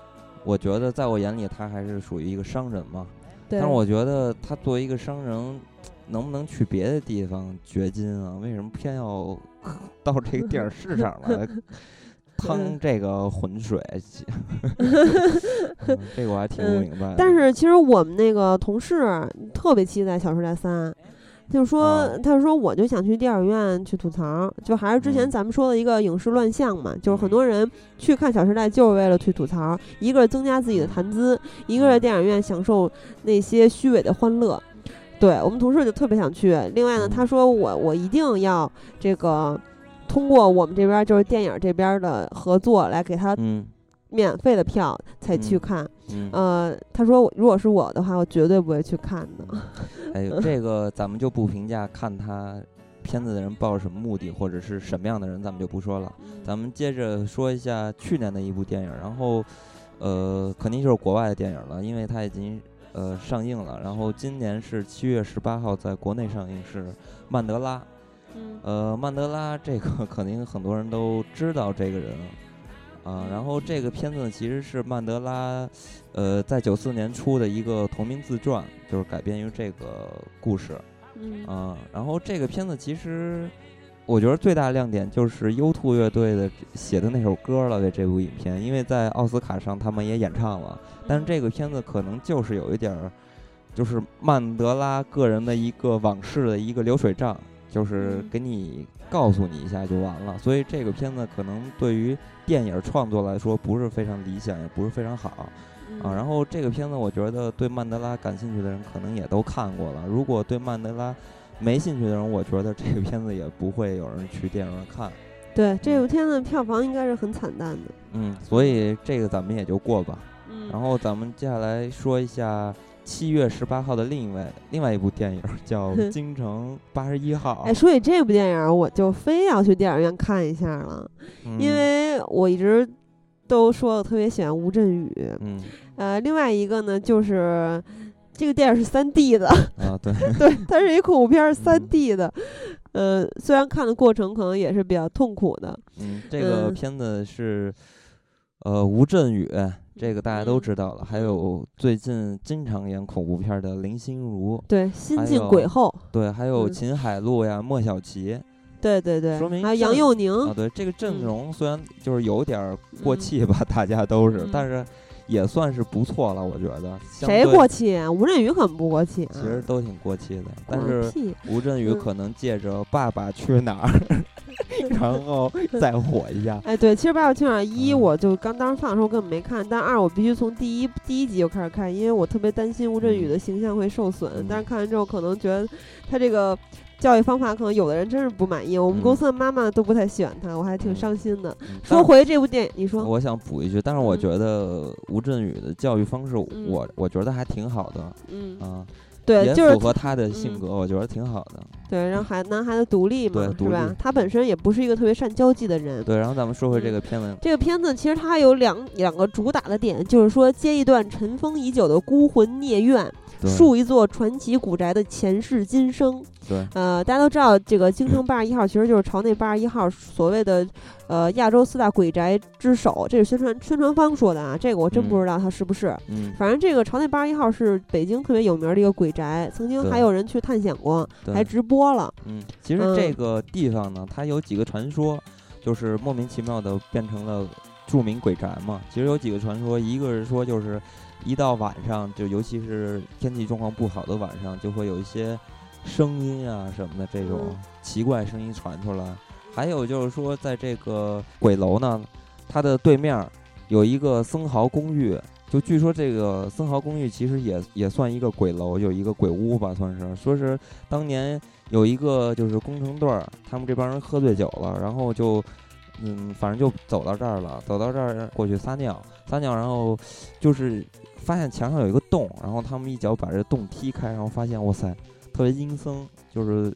Speaker 1: 我觉得在我眼里他还是属于一个商人嘛，
Speaker 2: 对，
Speaker 1: 但是我觉得他作为一个商人，能不能去别的地方掘金啊？为什么偏要 到这个电影市场 来趟这个浑水？ 嗯这个我还挺不
Speaker 2: 嗯
Speaker 1: 明白的。
Speaker 2: 但是其实我们那个同事特别期待《小时代三》，就是说，
Speaker 1: 哦
Speaker 2: 他说我就想去电影院去吐槽，就还是之前
Speaker 1: 嗯
Speaker 2: 咱们说的一个影视乱象嘛，就是很
Speaker 1: 嗯
Speaker 2: 多人去看《小时代》就是为了去吐槽，一个是增加自己的谈资，一个是
Speaker 1: 嗯
Speaker 2: 电影院享受那些虚伪的欢乐。对我们同事就特别想去，另外呢，
Speaker 1: 嗯
Speaker 2: 他说我我一定要这个通过我们这边儿就是电影这边儿的合作来给他
Speaker 1: 嗯
Speaker 2: 免费的票才去
Speaker 1: 嗯
Speaker 2: 看。
Speaker 1: 嗯，
Speaker 2: 呃，他说我如果是我的话，我绝对不会去看的。
Speaker 1: 哎呦，这个咱们就不评价，看他片子的人抱着什么目的，或者是什么样的人，咱们就不说了。咱们接着说一下去年的一部电影，然后，呃，肯定就是国外的电影了，因为它已经呃上映了。然后今年是七月十八号在国内上映，是《曼德拉》。
Speaker 2: 嗯
Speaker 1: 呃，曼德拉这个 肯定很多人都知道这个人啊。然后这个片子呢，其实是曼德拉，呃，在九四年出的一个同名自传，就是改编于这个故事。
Speaker 2: 嗯
Speaker 1: 啊，然后这个片子其实我觉得最大亮点就是优兔乐队的写的那首歌了，为这部影片，因为在奥斯卡上他们也演唱了，但是这个片子可能就是有一点儿，就是曼德拉个人的一个往事的一个流水账，就是
Speaker 2: 嗯
Speaker 1: 给你告诉你一下就完了，所以这个片子可能对于电影创作来说不是非常理想，也不是非常好。
Speaker 2: 嗯
Speaker 1: 啊，然后这个片子我觉得对曼德拉感兴趣的人可能也都看过了。如果对曼德拉没兴趣的人，我觉得这个片子也不会有人去电影院看。
Speaker 2: 对这部片子票房应该是很惨淡的。
Speaker 1: 嗯，所以这个咱们也就过吧。
Speaker 2: 嗯
Speaker 1: 然后咱们接下来说一下七月十八号的另外另外一部电影儿叫 《京城八十一号
Speaker 2: 哎，》，说起这部电影儿，我就非要去电影院看一下了，
Speaker 1: 嗯
Speaker 2: 因为我一直都说我特别喜欢吴镇宇。
Speaker 1: 嗯
Speaker 2: 呃，另外一个呢就是。这个电影是三 D 的，
Speaker 1: 啊对，
Speaker 2: 对，它是一恐怖片儿，三
Speaker 1: 嗯
Speaker 2: D 的。呃，虽然看的过程可能也是比较痛苦的，
Speaker 1: 嗯， 这个
Speaker 2: 嗯
Speaker 1: 片子是，呃，吴镇宇，这个大家都
Speaker 2: 嗯
Speaker 1: 知道了。还有最近经常演恐怖片儿的林心如，
Speaker 2: 对，心
Speaker 1: 还
Speaker 2: 境
Speaker 1: 有
Speaker 2: 鬼后，
Speaker 1: 对，还有
Speaker 2: 嗯
Speaker 1: 秦海璐呀、莫小琪
Speaker 2: 对对对，
Speaker 1: 说明
Speaker 2: 还有杨
Speaker 1: 正
Speaker 2: 佑宁，
Speaker 1: 啊，对，这个阵
Speaker 2: 嗯
Speaker 1: 容虽然就是有点儿过
Speaker 2: 嗯
Speaker 1: 气吧，大家都是，
Speaker 2: 嗯
Speaker 1: 但是也算是不错了，我觉得。相
Speaker 2: 谁
Speaker 1: 对
Speaker 2: 过？气啊？吴镇宇可不过气啊！
Speaker 1: 其实都挺过气的，但
Speaker 2: 狗
Speaker 1: 是
Speaker 2: 屁
Speaker 1: 吴镇宇
Speaker 2: 嗯
Speaker 1: 可能借着《爸爸去哪儿》， 然后再火一下。
Speaker 2: 哎，对，其实《八角青鸟一》
Speaker 1: 嗯
Speaker 2: 我就刚当时放的时候根本没看，但二我必须从第一第一集就开始看，因为我特别担心吴镇宇的形象会受损。
Speaker 1: 嗯
Speaker 2: 但是看完之后，可能觉得他这个教育方法，可能有的人真是不满意。我们公
Speaker 1: 嗯
Speaker 2: 司的妈妈都不太喜欢他，我还挺
Speaker 1: 嗯
Speaker 2: 伤心的。
Speaker 1: 嗯但
Speaker 2: 说回这部电影，你说，
Speaker 1: 我想补一句，但是我
Speaker 2: 嗯
Speaker 1: 觉得吴镇宇的教育方式我，
Speaker 2: 嗯
Speaker 1: 我觉得还挺好的
Speaker 2: 嗯，
Speaker 1: 啊。
Speaker 2: 对，
Speaker 1: 也
Speaker 2: 就是
Speaker 1: 符合他的性
Speaker 2: 嗯
Speaker 1: 格，我觉得挺好的。
Speaker 2: 对让孩男孩子独立嘛
Speaker 1: 对，独
Speaker 2: 是吧
Speaker 1: 立？
Speaker 2: 他本身也不是一个特别善交际的人。
Speaker 1: 对，然后咱们说
Speaker 2: 嗯
Speaker 1: 回这个片文，
Speaker 2: 这个片子其实它有两两个主打的点，就是说接一段尘封已久的孤魂孽怨，
Speaker 1: 对
Speaker 2: 述一座传奇古宅的前世今生。
Speaker 1: 对
Speaker 2: 呃，大家都知道，这个京城八十一号其实就是朝内八十一号所谓的呃亚洲四大鬼宅之首，这是宣传宣传方说的啊，这个我真不知道它是不是。
Speaker 1: 嗯，
Speaker 2: 反正这个朝内八十一号是北京特别有名的一个鬼宅，曾经
Speaker 1: 对
Speaker 2: 还有人去探险过，
Speaker 1: 对
Speaker 2: 还直播了。
Speaker 1: 嗯，其实这个地方呢，它有几个传说，就是莫名其妙的变成了著名鬼宅嘛。其实有几个传说，一个是说就是一到晚上，就尤其是天气状况不好的晚上，就会有一些声音啊什么的这种
Speaker 2: 嗯
Speaker 1: 奇怪声音传出来。还有就是说，在这个鬼楼呢，它的对面儿有一个森豪公寓。就据说这个森豪公寓其实也也算一个鬼楼，有一个鬼屋吧，算是说是当年有一个就是工程队儿，他们这帮人喝醉酒了，然后就，嗯，反正就走到这儿了，走到这儿过去撒尿，撒尿，然后就是发现墙上有一个洞，然后他们一脚把这洞踢开，然后发现哇塞，特别阴森，就是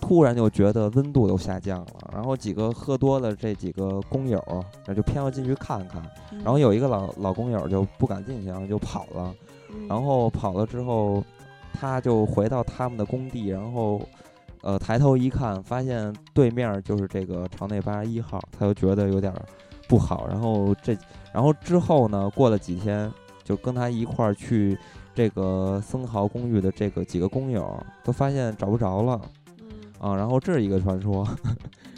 Speaker 1: 突然就觉得温度都下降了，然后几个喝多了这几个工友，那就偏要进去看看，然后有一个老老工友就不敢进去，然后就跑了。
Speaker 2: 嗯，
Speaker 1: 然后跑了之后，他就回到他们的工地，然后呃抬头一看，发现对面儿就是这个朝内八十一号，他就觉得有点儿不好。然后这，然后之后呢，过了几天，就跟他一块儿去这个森豪公寓的这个几个工友，都发现找不着了
Speaker 2: 嗯，
Speaker 1: 啊。然后这是一个传说，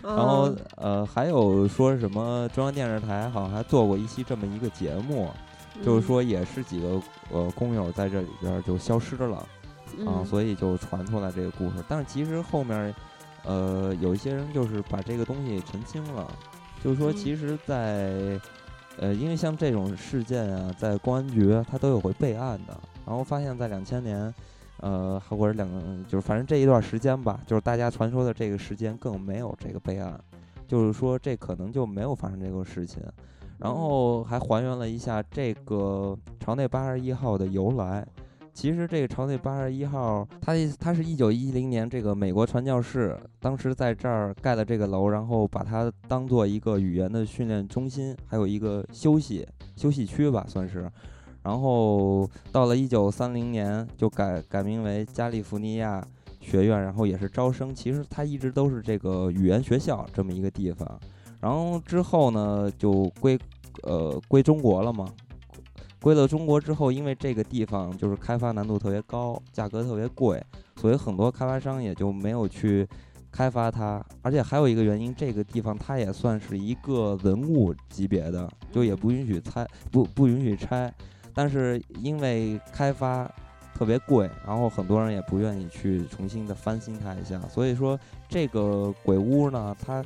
Speaker 2: 然
Speaker 1: 然后呃还有说什么中央电视台好像还做过一期这么一个节目，
Speaker 2: 嗯
Speaker 1: 就是说也是几个呃工友在这里边儿就消失了、
Speaker 2: 嗯
Speaker 1: 啊，所以就传出来这个故事。但是其实后面儿，呃，有一些人就是把这个东西澄清了，就是说
Speaker 2: 嗯
Speaker 1: 其实在，呃，因为像这种事件啊，在公安局它都有会备案的，然后发现在两千年。呃，或者两个，就是反正这一段时间吧，就是大家传说的这个时间更没有这个备案，就是说这可能就没有发生这个事情。然
Speaker 2: 嗯
Speaker 1: 后还还原了一下这个朝内八十一号的由来。其实这个朝内八十一号，它它是一九一零年这个美国传教士当时在这儿盖了这个楼，然后把它当做一个语言的训练中心，还有一个休息休息区吧，算是。然后到了一九三零年就改改名为加利福尼亚学院，然后也是招生。其实它一直都是这个语言学校这么一个地方。然后之后呢，就归呃归中国了嘛。归了中国之后，因为这个地方就是开发难度特别高，价格特别贵，所以很多开发商也就没有去开发它。而且还有一个原因，这个地方它也算是一个文物级别的，就也不允许拆，不不允许拆。但是因为开发特别贵，然后很多人也不愿意去重新的翻新它一下，所以说这个鬼屋呢，它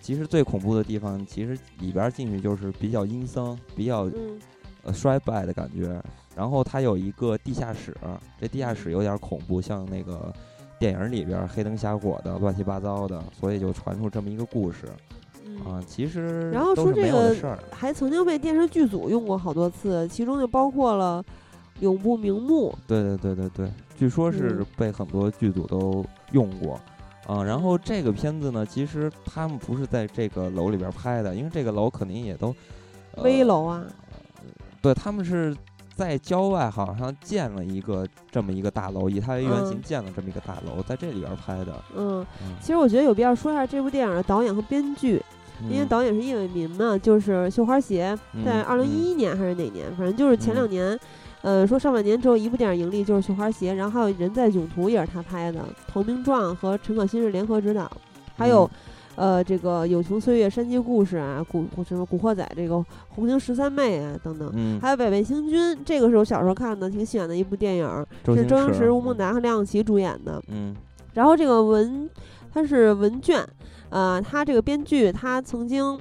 Speaker 1: 其实最恐怖的地方，其实里边儿进去就是比较阴森，比较
Speaker 2: 嗯
Speaker 1: 呃衰败的感觉。然后它有一个地下室，这地下室有点恐怖，像那个电影里边儿黑灯瞎火的、乱七八糟的，所以就传出这么一个故事
Speaker 2: 嗯
Speaker 1: 啊、其实
Speaker 2: 然后
Speaker 1: 都
Speaker 2: 说
Speaker 1: 是没
Speaker 2: 这
Speaker 1: 有的
Speaker 2: 个
Speaker 1: 事儿，
Speaker 2: 还曾经被电视剧组用过好多次，其中就包括了《永不瞑目
Speaker 1: 对对对对对，据说是
Speaker 2: 嗯
Speaker 1: 被很多剧组都用过。啊，然后这个片子呢，其实他们不是在这个楼里边儿拍的，因为这个楼肯定也都、》呃、
Speaker 2: 危楼啊，
Speaker 1: 对，他们是在郊外好像建了一个这么一个大楼，以它为原型
Speaker 2: 嗯
Speaker 1: 建了这么一个大楼，在这里边儿拍的。
Speaker 2: 嗯，
Speaker 1: 嗯
Speaker 2: 其实我觉得有必要说一下这部电影的导演和编剧，因为
Speaker 1: 嗯
Speaker 2: 导演是叶伟民嘛，就是《绣花鞋》，在
Speaker 1: 嗯
Speaker 2: 二零一一年还是哪年，反正就是前
Speaker 1: 嗯
Speaker 2: 两年，呃，说上半年只有一部电影盈利，就是《绣花鞋》，然后还有《人在囧途》也是他拍的，《投名状》和陈可辛是联合执导，
Speaker 1: 嗯
Speaker 2: 还有。呃，这个《有穷岁月》《山鸡故事》啊，古古什么《古惑仔》这个《红星十三妹》啊等等，
Speaker 1: 嗯，
Speaker 2: 还有《北魏星君》，这个是我小时候看的，挺喜欢的一部电影
Speaker 1: 嗯
Speaker 2: 儿，是周星驰、吴孟
Speaker 1: 达，
Speaker 2: 达和梁咏琪主演的。
Speaker 1: 啊嗯
Speaker 2: 然后这个文，它是文卷，呃，他这个编剧他曾经。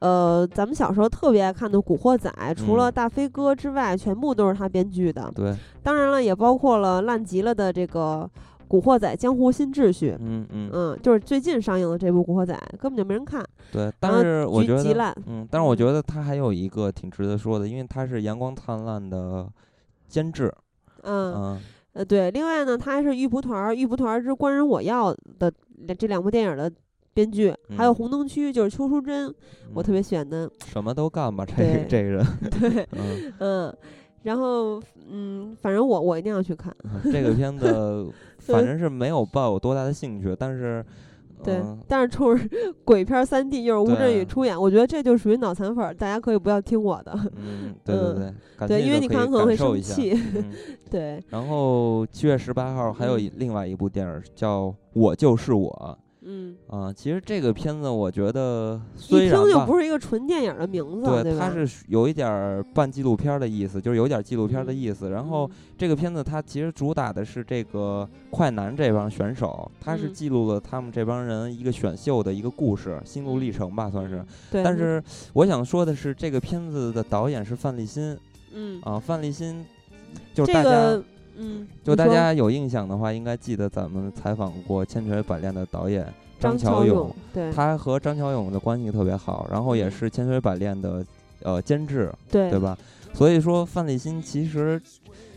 Speaker 2: 呃，咱们小时候特别爱看的《古惑仔》，除了
Speaker 1: 嗯
Speaker 2: 大飞哥之外，全部都是他编剧的。
Speaker 1: 对，
Speaker 2: 当然了，也包括了烂极了的这个《古惑仔：江湖新秩序》
Speaker 1: 嗯嗯
Speaker 2: 嗯，就是最近上映的这部《古惑仔》，根本就没人看，
Speaker 1: 对，
Speaker 2: 后
Speaker 1: 但是我
Speaker 2: 极
Speaker 1: 觉
Speaker 2: 极
Speaker 1: 得，
Speaker 2: 烂。
Speaker 1: 嗯，但是我
Speaker 2: 嗯
Speaker 1: 觉得他还有一个挺值得说的，因为他是《阳光灿烂》的监制，
Speaker 2: 嗯，
Speaker 1: 嗯
Speaker 2: 呃，对，另外呢，他还是《玉蒲团》《玉蒲团之官人我要》的这两部电影的编剧，还有
Speaker 1: 嗯
Speaker 2: 《红灯区》就是邱淑贞，我特
Speaker 1: 嗯
Speaker 2: 别喜欢的。
Speaker 1: 什么都干吧，这个
Speaker 2: 对
Speaker 1: 这个人，
Speaker 2: 对，
Speaker 1: 嗯，
Speaker 2: 嗯，然后嗯，反正我我一定要去看。
Speaker 1: 嗯这个片 子反正是没有抱有多大的兴趣，但是，
Speaker 2: 对
Speaker 1: 嗯，
Speaker 2: 但是冲着 鬼片三 D 又是吴镇宇
Speaker 1: 对
Speaker 2: 出演，我觉得这就属于脑残粉儿，大家可以不要听我的。
Speaker 1: 嗯，对对
Speaker 2: 嗯
Speaker 1: 对，感
Speaker 2: 对，
Speaker 1: 兴
Speaker 2: 因为
Speaker 1: 趣
Speaker 2: 你
Speaker 1: 可
Speaker 2: 看
Speaker 1: 以
Speaker 2: 可能
Speaker 1: 感
Speaker 2: 会
Speaker 1: 受
Speaker 2: 生
Speaker 1: 一下
Speaker 2: 气。 嗯
Speaker 1: 嗯
Speaker 2: 对，
Speaker 1: 然后七月十八号还有一另外一部电影叫《我就是我》
Speaker 2: 嗯，
Speaker 1: 啊，其实这个片子我觉得虽
Speaker 2: 一听
Speaker 1: 然
Speaker 2: 就
Speaker 1: 吧
Speaker 2: 不是一个纯电影的名字，啊
Speaker 1: 对，它
Speaker 2: 吧？
Speaker 1: 是有一点儿半纪录片儿的意思，就是有点儿纪录片儿的
Speaker 2: 嗯
Speaker 1: 意思。然后这个片子它其实主打的是这个快男这帮选手，它是
Speaker 2: 嗯
Speaker 1: 记录了他们这帮人一个选秀的一个故事、心路历程吧，算是
Speaker 2: 嗯。，对，
Speaker 1: 但是我想说的是，这个片子的导演是范立新
Speaker 2: 嗯，
Speaker 1: 啊，范立新就是大
Speaker 2: 这
Speaker 1: 家、
Speaker 2: 个嗯，
Speaker 1: 就
Speaker 2: 你
Speaker 1: 大
Speaker 2: 说
Speaker 1: 家有印象的话，应该记得咱们采访过《千锤百炼》的导演张
Speaker 2: 张
Speaker 1: 乔
Speaker 2: 勇，对
Speaker 1: 他和张乔勇的关系特别好，然后也
Speaker 2: 嗯
Speaker 1: 是《千锤百炼》的呃监制，
Speaker 2: 对
Speaker 1: 对吧？所以说范立新其实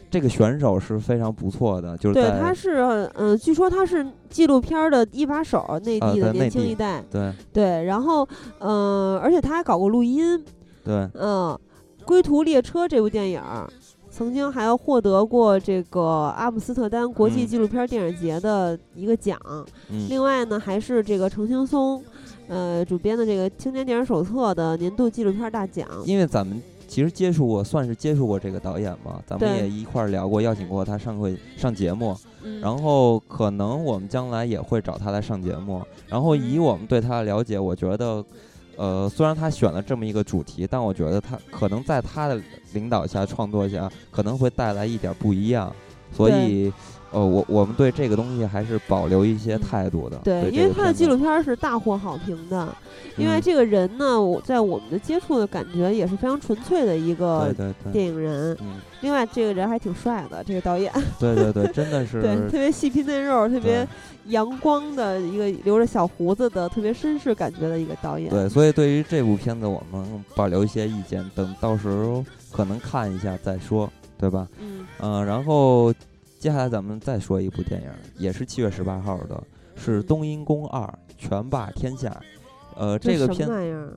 Speaker 1: 这个选手是非常不错的，就是
Speaker 2: 对，
Speaker 1: 在
Speaker 2: 他是嗯、呃据说他是纪录片儿的一把手，内
Speaker 1: 啊
Speaker 2: 地
Speaker 1: 在
Speaker 2: 的
Speaker 1: 内
Speaker 2: 年轻
Speaker 1: 地
Speaker 2: 一代。
Speaker 1: 对
Speaker 2: 对，然后嗯、呃而且他还搞过录音，
Speaker 1: 对
Speaker 2: 嗯，《归途列车》这部电影儿曾经还获得过这个阿姆斯特丹国际
Speaker 1: 嗯
Speaker 2: 纪录片电影节的一个奖。
Speaker 1: 嗯
Speaker 2: 另外呢，还是这个程青松，呃，主编的这个《青年电影手册》的年度纪录片大奖。
Speaker 1: 因为咱们其实接触过，算是接触过这个导演嘛，咱们
Speaker 2: 对
Speaker 1: 也一块儿聊过，邀请过他上过上节目，
Speaker 2: 嗯，
Speaker 1: 然后可能我们将来也会找他来上节目。然后
Speaker 2: 嗯
Speaker 1: 以我们对他的了解，我觉得。呃，虽然他选了这么一个主题，但我觉得他可能在他的领导下、创作下，可能会带来一点不一样。所
Speaker 2: 对
Speaker 1: 以，呃，我我们对这个东西还是保留一些
Speaker 2: 嗯
Speaker 1: 态度的。
Speaker 2: 对，因
Speaker 1: 这
Speaker 2: 为
Speaker 1: 个
Speaker 2: 他的
Speaker 1: 片
Speaker 2: 纪
Speaker 1: 子
Speaker 2: 录，片儿是大获好评的。因为
Speaker 1: 嗯
Speaker 2: 这个人呢，我在我们的接触的感觉也是非常纯粹的一个
Speaker 1: 嗯对对对，
Speaker 2: 电影人。
Speaker 1: 嗯，
Speaker 2: 另外，这个人还挺帅的，这个导演，
Speaker 1: 对对对，真的是
Speaker 2: 对，特别细皮嫩肉，
Speaker 1: 对
Speaker 2: 特别阳光的一个留着小胡子的，特别绅士感觉的一个导演。
Speaker 1: 对，所以对于这部片子，我们保留一些意见，等到时候可能看一下再说，对吧？
Speaker 2: 嗯，
Speaker 1: 嗯、然后接下来咱们再说一部电影，也是七月十八号的，
Speaker 2: 嗯
Speaker 1: 是《冬阴功二：拳霸天下》。呃，这个
Speaker 2: 什
Speaker 1: 片
Speaker 2: 么，玩意儿啊？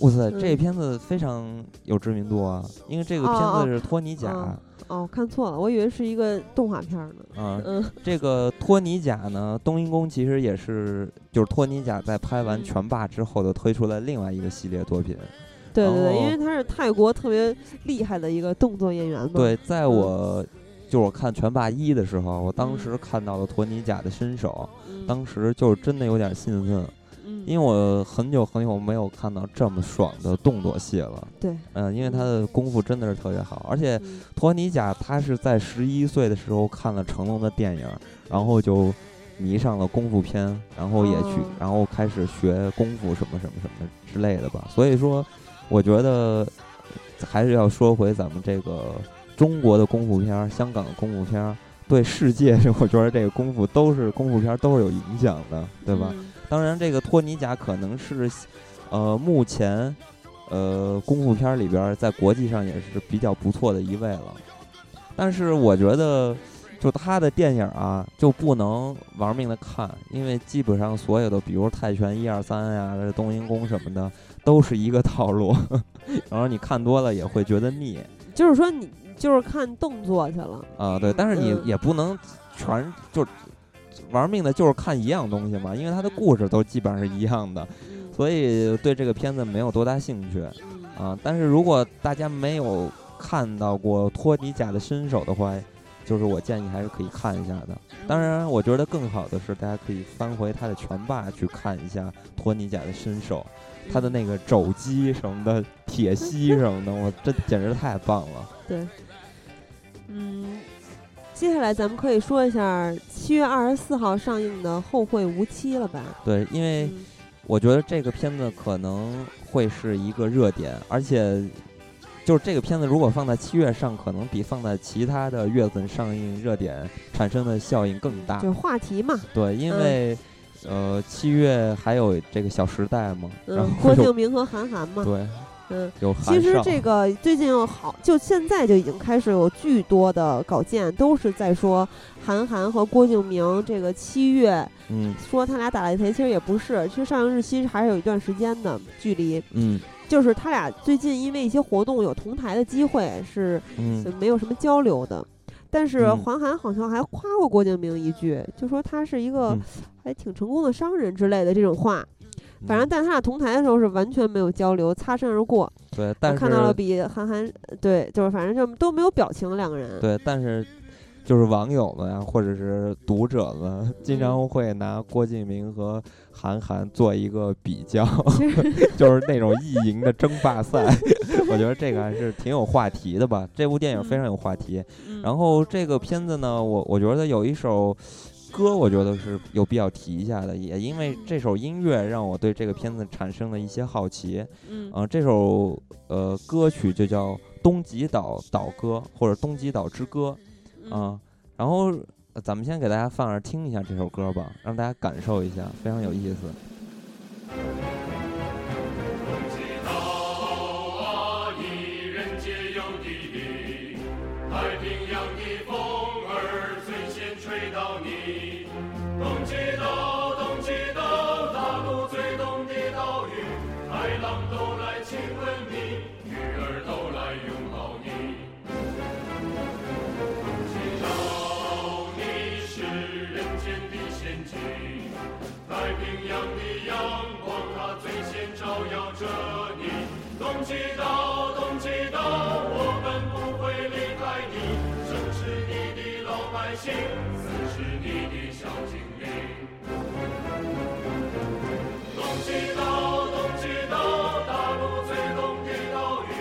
Speaker 1: 哇塞，这
Speaker 2: 嗯
Speaker 1: 片子非常有知名度啊，因为这个
Speaker 2: 哦
Speaker 1: 片
Speaker 2: 哦
Speaker 1: 子是托尼贾，
Speaker 2: 哦哦，看错了，我以为是一个动画片儿呢。
Speaker 1: 啊，
Speaker 2: 嗯
Speaker 1: 这个托尼贾呢，冬阴功其实也是就是托尼贾在拍完《
Speaker 2: 嗯
Speaker 1: 拳霸》之后的推出了另外一个系列作品，
Speaker 2: 对
Speaker 1: 然
Speaker 2: 对对，因
Speaker 1: 后
Speaker 2: 为他是泰国特别厉害的一个动作演员嘛。
Speaker 1: 对，在
Speaker 2: 嗯
Speaker 1: 我、就是我看《拳霸一》的时候，我当
Speaker 2: 嗯
Speaker 1: 时看到了托尼贾的身手，
Speaker 2: 嗯，
Speaker 1: 当时就是真的有点兴奋，
Speaker 2: 嗯，
Speaker 1: 因为我很久很久没有看到这么爽的动作戏了。
Speaker 2: 对，
Speaker 1: 嗯、因为他
Speaker 2: 嗯
Speaker 1: 的功夫真的是特别好，而且
Speaker 2: 嗯
Speaker 1: 托尼贾他是在十一岁的时候看了成龙的电影，然后就。迷上了功夫片，然后也去，
Speaker 2: 哦
Speaker 1: 然后开始学功夫什么什么什么之类的吧。所以说，我觉得还是要说回咱们这个中国的功夫片儿、香港的功夫片儿，对世界， 我觉得这个功夫都是功夫片儿都是有影响的，对吧？
Speaker 2: 嗯
Speaker 1: 当然，这个托尼贾可能是，呃，目前，呃，功夫片儿里边儿在国际上也是比较不错的一位了。但是我觉得，就他的电影啊，就不能玩命的看，因为基本上所有的，比如泰拳一二三呀、这冬阴功什么的，都是一个套路。 然后你看多了也会觉得腻
Speaker 2: 就是说你就是看动作去了。
Speaker 1: 啊，对。但是你
Speaker 2: 嗯
Speaker 1: 也不能全就玩命的，就是看一样东西嘛，因为他的故事都基本上是一样的。
Speaker 2: 嗯
Speaker 1: 所以对这个片子没有多大兴趣
Speaker 2: 嗯
Speaker 1: 啊。但是如果大家没有看到过托尼贾的身手的话，就是我建议还是可以看一下的。当然，我觉得更好的是大家可以翻回他的拳霸去看一下托尼贾的身手，他
Speaker 2: 嗯
Speaker 1: 的那个肘击什么的、铁膝什么的，我这简直太棒了。
Speaker 2: 嗯，接下来咱们可以说一下七月二十四号上映的《后会无期》了吧？
Speaker 1: 对，因为
Speaker 2: 嗯
Speaker 1: 我觉得这个片子可能会是一个热点，而且就是这个片子如果放在七月上，可能比放在其他的月份上映热点产生的效应更大
Speaker 2: 嗯就。是话题嘛，
Speaker 1: 对，因
Speaker 2: 嗯
Speaker 1: 为、呃七月还有这个《小时代》嘛，然后
Speaker 2: 嗯，郭
Speaker 1: 有
Speaker 2: 敬明和韩寒嘛，
Speaker 1: 对，
Speaker 2: 嗯，
Speaker 1: 有韩
Speaker 2: 其实
Speaker 1: 少
Speaker 2: 这个最近有好，就现在就已经开始有巨多的稿件，都是在说韩寒和郭敬明这个七月
Speaker 1: 嗯
Speaker 2: 说他俩打擂台，其实也不是，其实上映日期还是有一段时间的距离。
Speaker 1: 嗯
Speaker 2: 就是他俩最近因为一些活动有同台的机会，是
Speaker 1: 嗯
Speaker 2: 没有什么交流的。但是
Speaker 1: 嗯
Speaker 2: 黄涵好像还夸过郭敬明一句，就说他是一个
Speaker 1: 嗯
Speaker 2: 还挺成功的商人之类的这种话。
Speaker 1: 嗯
Speaker 2: 反正，但他俩同台的时候是完全没有交流，擦身而过。
Speaker 1: 对，
Speaker 2: 我
Speaker 1: 但是
Speaker 2: 看到了比韩寒对，就是反正就都没有表情，两个人。
Speaker 1: 对，但是就是网友们啊，或者是读者们，经
Speaker 2: 嗯
Speaker 1: 常会拿郭敬明和韩寒做一个比较，
Speaker 2: 其实
Speaker 1: 就是那种意淫的争霸赛。 我觉得这个还是挺有话题的吧，这部电影非常有话题。
Speaker 2: 嗯
Speaker 1: 然后这个片子呢，我我觉得有一首歌，我觉得是有必要提一下的，也因为这首音乐让我对这个片子产生了一些好奇。
Speaker 2: 嗯
Speaker 1: 啊、这首呃歌曲就叫《东极岛岛歌》或者《东极岛之歌》
Speaker 2: 嗯
Speaker 1: 啊、然后呃咱们先给大家放着听一下这首歌吧，让大家感受一下，非常有意思。
Speaker 3: 道啊，一人皆有地灵，太平洋的风儿最先吹到你。东极岛，东极岛，大陆最东的岛屿，海浪都来亲吻你，鱼儿都来拥抱你。东极岛，你是人间的仙境。太平洋的阳光，它最先照耀着你。东极岛，东极岛，我们不会离开你。城是你的老百姓，死是你的小精灵。东极岛，东极岛，大陆最东的岛屿，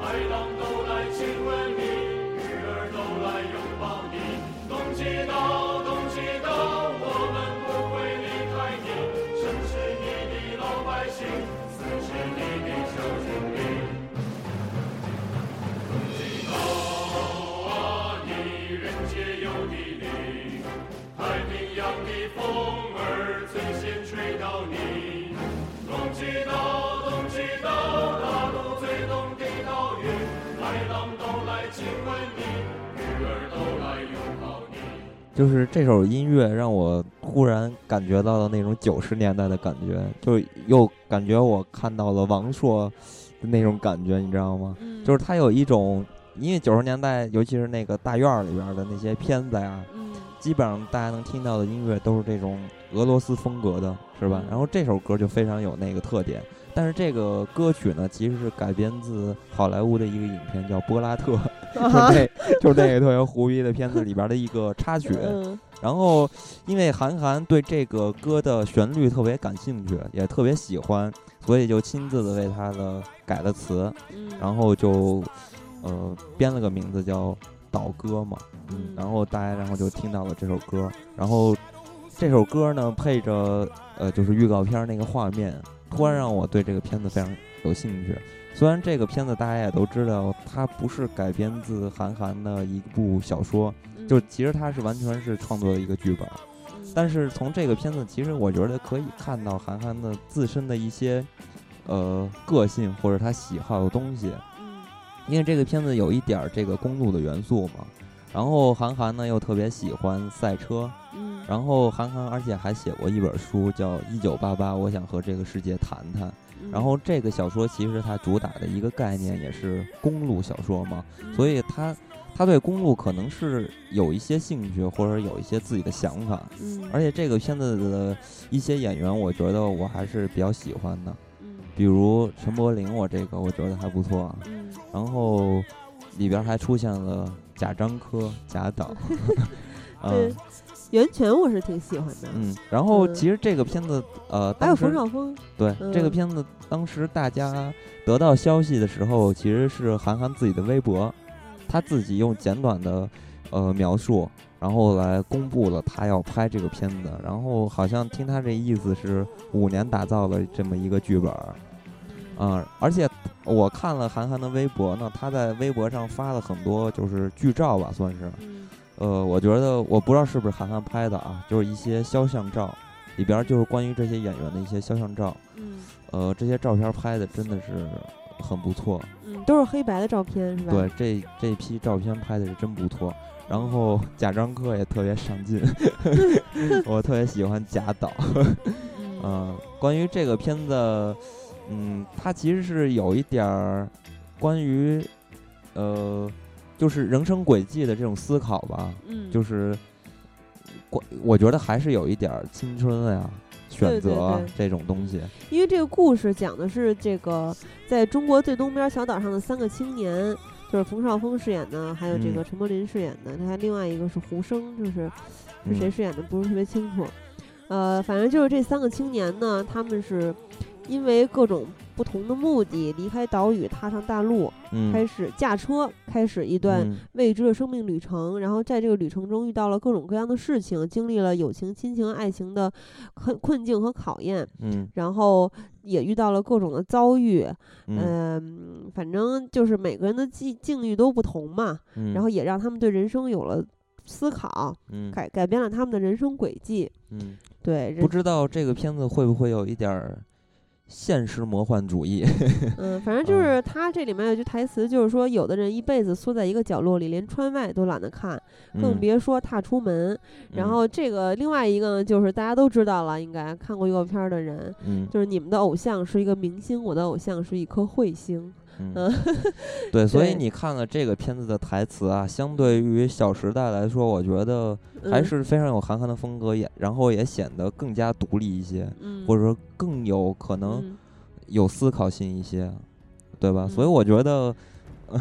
Speaker 3: 海浪都来亲吻你，鱼儿都来拥抱你。东极岛，东极岛，我们不会离开你，生是你的老百姓，死是你的小精灵。东极岛啊，你人皆有你灵。太平洋的风儿最先吹到你。东极岛，东极岛，大陆最东的岛屿，海浪都来亲吻你，鱼儿都来拥抱你。
Speaker 1: 就是这首音乐让我忽然感觉到了那种九十年代的感觉，就又感觉我看到了王朔的那种感觉，你知道吗？
Speaker 2: 嗯
Speaker 1: 呃就是它有一种，因为九十年代，尤其是那个大院儿里边儿的那些片子呀，
Speaker 2: 嗯
Speaker 1: 基本上大家能听到的音乐都是这种俄罗斯风格的，是吧
Speaker 2: 嗯？
Speaker 1: 然后这首歌就非常有那个特点。但是这个歌曲呢，其实是改编自好莱坞的一个影片，叫《波拉特》， 就是
Speaker 2: 啊
Speaker 1: 那，就是那个特别胡逼的片子里边的一个插曲。
Speaker 2: 嗯
Speaker 1: 然后，因为韩寒对这个歌的旋律特别感兴趣，也特别喜欢，所以就亲自的为他的改了词，
Speaker 2: 嗯，
Speaker 1: 然后就呃编了个名字叫《岛歌》嘛。
Speaker 2: 嗯
Speaker 1: 然后大家然后就听到了这首歌，然后这首歌呢配着呃就是预告片儿那个画面，突然让我对这个片子非常有兴趣。虽然这个片子大家也都知道，它不是改编自韩寒的一部小说，
Speaker 2: 嗯
Speaker 1: 就其实它是完全是创作的一个剧本。但是从这个片子，其实我觉得可以看到韩寒的自身的一些呃个性或者他喜好的东西。
Speaker 2: 嗯
Speaker 1: 因为这个片子有一点儿这个公路的元素嘛。然后韩寒呢又特别喜欢赛车，
Speaker 2: 嗯
Speaker 1: 然后韩寒而且还写过一本书叫《一九八八》，我想和这个世界谈谈。
Speaker 2: 嗯
Speaker 1: 然后这个小说其实它主打的一个概念也是公路小说嘛，
Speaker 2: 嗯
Speaker 1: 所以他他对公路可能是有一些兴趣，或者有一些自己的想法。
Speaker 2: 嗯
Speaker 1: 而且这个片子的一些演员，我觉得我还是比较喜欢的，
Speaker 2: 嗯
Speaker 1: 比如陈柏霖，我这个我觉得还不错啊。
Speaker 2: 嗯
Speaker 1: 然后里边还出现了贾樟柯、贾 导，啊
Speaker 2: 对袁泉我是挺喜欢的，
Speaker 1: 嗯，然后
Speaker 2: 嗯
Speaker 1: 其实这个片子，呃，
Speaker 2: 还有
Speaker 1: 当
Speaker 2: 冯
Speaker 1: 时
Speaker 2: 绍峰，
Speaker 1: 对
Speaker 2: 嗯
Speaker 1: 这个片子，当时大家得到消息的时候，其实是韩寒自己的微博，他自己用简短的呃描述，然后来公布了他要拍这个片子，然后好像听他这意思是五年打造了这么一个剧本儿，嗯、而且我看了韩寒的微博呢，他在微博上发了很多就是剧照吧，算是，
Speaker 2: 嗯
Speaker 1: 呃，我觉得我不知道是不是韩寒拍的啊，就是一些肖像照，里边儿就是关于这些演员的一些肖像照，
Speaker 2: 嗯
Speaker 1: 呃，这些照片拍的真的是很不错。
Speaker 2: 嗯，都是黑白的照片是吧？
Speaker 1: 对，这这批照片拍的是真不错。然后 贾樟柯也特别上进， 我特别喜欢贾导。
Speaker 2: 嗯，
Speaker 1: 嗯，关于这个片子，嗯，它其实是有一点儿关于，呃，就是人生轨迹的这种思考吧，
Speaker 2: 嗯，
Speaker 1: 就是是，关我觉得还是有一点儿青春呀、选
Speaker 2: 对对
Speaker 1: 择啊
Speaker 2: 对
Speaker 1: 这种东西。
Speaker 2: 因为这个故事讲的是这个在中国最东边小岛上的三个青年。就是冯绍峰饰演的，还有这
Speaker 1: 嗯
Speaker 2: 个陈柏霖饰演的，那还另外一个是胡生，就是是谁
Speaker 1: 嗯？
Speaker 2: 饰演的不是特别清楚。呃，反正就是这三个青年呢，他们是因为各种不同的目的离开岛屿，踏上大陆，
Speaker 1: 嗯，
Speaker 2: 开始驾车，开始一段
Speaker 1: 嗯
Speaker 2: 未知的生命旅程。然后在这个旅程中遇到了各种各样的事情，经历了友情、亲情、爱情的困困境和考验，
Speaker 1: 嗯
Speaker 2: 然后也遇到了各种的遭遇。
Speaker 1: 嗯
Speaker 2: 嗯、反正就是每个人的境境遇都不同嘛，
Speaker 1: 嗯，
Speaker 2: 然后也让他们对人生有了思考，
Speaker 1: 嗯
Speaker 2: 改改变了他们的人生轨迹。
Speaker 1: 嗯，
Speaker 2: 对，人
Speaker 1: 不知道这个片子会不会有一点儿现实魔幻主义？
Speaker 2: 嗯，反正就
Speaker 1: 嗯
Speaker 2: 是他这里面有句台词，就是说有的人一辈子缩在一个角落里，连窗外都懒得看， 更
Speaker 1: 嗯
Speaker 2: 别说踏出门。然后这个另外一个呢，就是大家都知道了，应该看过预告片儿的人，
Speaker 1: 嗯
Speaker 2: 就是你们的偶像是一个明星，我的偶像是一颗彗星。
Speaker 1: 嗯
Speaker 2: 嗯
Speaker 1: 嗯，对，所以
Speaker 2: 对
Speaker 1: 你看了这个片子的台词啊，相对于《小时代》来说，我觉得还
Speaker 2: 嗯
Speaker 1: 是非常有韩寒的风格，也然后也显得更加独立一些，
Speaker 2: 嗯，
Speaker 1: 或者说更有可能
Speaker 2: 嗯
Speaker 1: 有思考性一些，对吧？所以
Speaker 2: 嗯
Speaker 1: 我觉得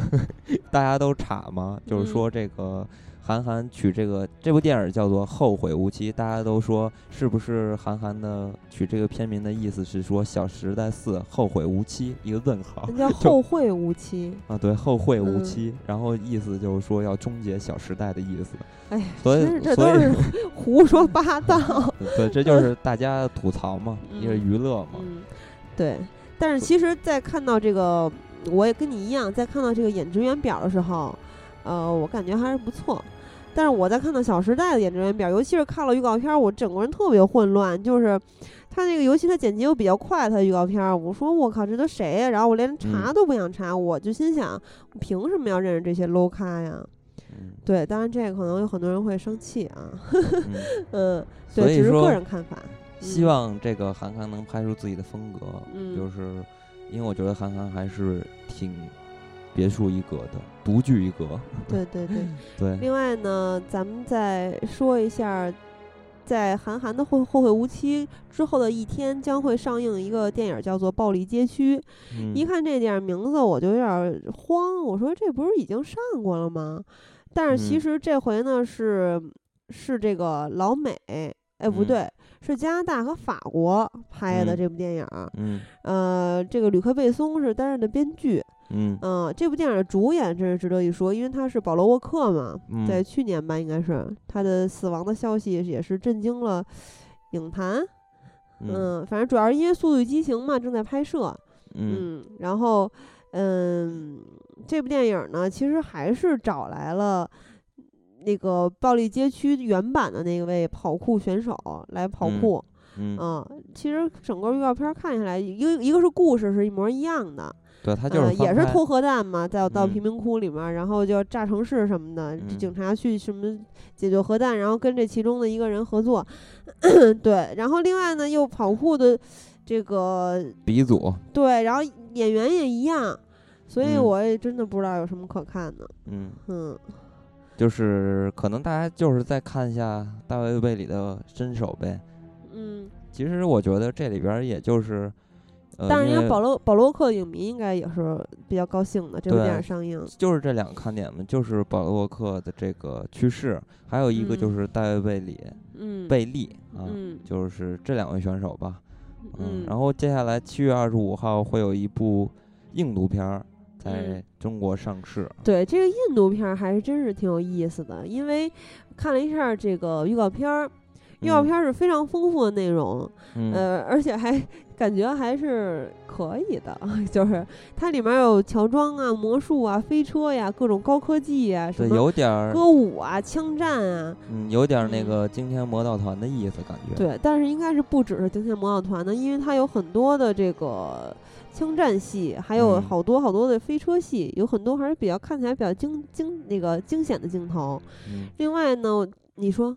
Speaker 1: 大家都查嘛，就是
Speaker 2: 嗯
Speaker 1: 说这个。韩寒取这个这部电影叫做《后会无期》，大家都说是不是韩寒的取这个片名的意思是说《小时代四》后会无期一个问号
Speaker 2: 那叫后会无期。
Speaker 1: 啊？对，后会无
Speaker 2: 嗯
Speaker 1: 期，然后意思就是说要终结《小时代》的意思。
Speaker 2: 哎呀，
Speaker 1: 所以
Speaker 2: 真是这
Speaker 1: 所
Speaker 2: 都
Speaker 1: 以
Speaker 2: 是 胡说八道。
Speaker 1: 嗯对，这就是大家吐槽嘛，
Speaker 2: 嗯
Speaker 1: 也是娱乐嘛。
Speaker 2: 嗯，对。但是其实，在看到这个，我也跟你一样，在看到这个演职员表的时候，呃，我感觉还是不错。但是我在看到《小时代》的演职员表，尤其是看了预告片儿，我整个人特别混乱。就是他那个，尤其他剪辑又比较快，他预告片儿，我说我靠，这都谁啊呀？然后我
Speaker 1: 嗯
Speaker 2: 连查都不想查，我就心想，我凭什么要认识这些 low 咖呀？
Speaker 1: 嗯
Speaker 2: 对，当然这个可能有很多人会生气啊，
Speaker 1: 嗯，
Speaker 2: 嗯，
Speaker 1: 所
Speaker 2: 对，
Speaker 1: 以
Speaker 2: 只是个
Speaker 1: 说
Speaker 2: 人看法。
Speaker 1: 希
Speaker 2: 嗯
Speaker 1: 望这个韩寒能拍出自己的风格，
Speaker 2: 嗯
Speaker 1: 就是因为我觉得韩寒还是挺别树一格的，独具一格。
Speaker 2: 对对对。
Speaker 1: 对，
Speaker 2: 另外呢，咱们再说一下，在韩寒的《后后会无期》之后的一天，将会上映一个电影，叫做《暴力街区》。
Speaker 1: 嗯
Speaker 2: 一看这电影名字，我就有点儿慌，我说这不是已经上过了吗？但是其
Speaker 1: 嗯
Speaker 2: 实这回呢是是这个老美，哎不
Speaker 1: 嗯
Speaker 2: 对，是加拿大和法国拍的
Speaker 1: 嗯
Speaker 2: 这部电影儿。
Speaker 1: 嗯
Speaker 2: 呃，这个吕克贝松是担任的编剧。
Speaker 1: 嗯
Speaker 2: 嗯、这部电影的主演真是值得一说，因为他是保罗沃克嘛，
Speaker 1: 嗯，
Speaker 2: 在去年吧，应该是他的死亡的消息也是震惊了影坛。
Speaker 1: 嗯
Speaker 2: 嗯，反正主要是因为《速度与激情》嘛，正在拍摄。
Speaker 1: 嗯
Speaker 2: 嗯，然后嗯，这部电影呢，其实还是找来了。那个《暴力街区》原版的那位跑酷选手来跑
Speaker 1: 嗯
Speaker 2: 酷，
Speaker 1: 嗯，
Speaker 2: 嗯其实整个预告片看下来，一个一个是故事是一模一样的，
Speaker 1: 对他就
Speaker 2: 呃
Speaker 1: 是
Speaker 2: 也
Speaker 1: 翻
Speaker 2: 是
Speaker 1: 拍
Speaker 2: 偷核弹嘛，再到
Speaker 1: 嗯
Speaker 2: 贫民窟里面，然后就炸城市什么的，这
Speaker 1: 嗯
Speaker 2: 警察去什么解决核弹，然后跟这其中的一个人合作， 对，然后另外呢又跑酷的这个
Speaker 1: 鼻祖。
Speaker 2: 对，然后演员也一样，所以
Speaker 1: 嗯
Speaker 2: 我也真的不知道有什么可看的，
Speaker 1: 嗯，
Speaker 2: 嗯，
Speaker 1: 就是可能大家就是再看一下大卫贝里的身手呗。
Speaker 2: 嗯，
Speaker 1: 其实我觉得这里边儿也就是，呃，
Speaker 2: 但是
Speaker 1: 因
Speaker 2: 人
Speaker 1: 为
Speaker 2: 家保罗保罗克的影迷应该也是比较高兴的，这部
Speaker 1: 对
Speaker 2: 电影上映，
Speaker 1: 就是这两个看点嘛，就是保罗沃克的这个趋势，还有一个
Speaker 2: 嗯
Speaker 1: 就是大卫贝里、
Speaker 2: 嗯，
Speaker 1: 贝利啊，
Speaker 2: 嗯
Speaker 1: 就是这两位选手吧。
Speaker 2: 嗯，
Speaker 1: 然后接下来七月二十五号会有一部印度片儿在
Speaker 2: 嗯
Speaker 1: 中国上市。
Speaker 2: 对这个印度片儿还是真是挺有意思的，因为看了一下儿这个预告片儿，预告
Speaker 1: 嗯
Speaker 2: 片儿是非常丰富的内容，
Speaker 1: 嗯
Speaker 2: 呃，而且还感觉还是可以的， 就是它里面有乔装啊、魔术啊、飞车呀、各种高科技呀、什
Speaker 1: 对，
Speaker 2: 么
Speaker 1: 有点儿，
Speaker 2: 歌舞啊、枪战啊，
Speaker 1: 嗯，有点儿那
Speaker 2: 嗯
Speaker 1: 个惊天魔盗团的意思，感觉。
Speaker 2: 对，但是应该是不只是惊天魔盗团的，因为它有很多的这个枪战戏，还有
Speaker 1: 嗯
Speaker 2: 好多好多的飞车戏，有很多还是比较看起来比较惊惊那个惊险的镜头。
Speaker 1: 嗯，
Speaker 2: 另外呢，我你说，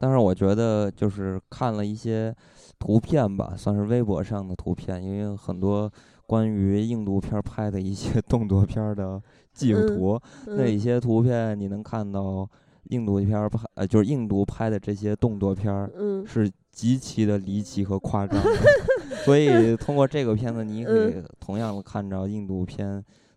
Speaker 1: 但是我觉得就是看了一些图片吧，算是微博上的图片，因为很多关于印度片儿拍的一些 动作片儿的技术
Speaker 2: 嗯
Speaker 1: 图，那一
Speaker 2: 嗯
Speaker 1: 些图片你能看到印度片儿拍，呃，就是印度拍的这些动作片儿
Speaker 2: 嗯
Speaker 1: 是极其的离奇和夸张 的，所以通过这个片子，你可以同样的看着印度片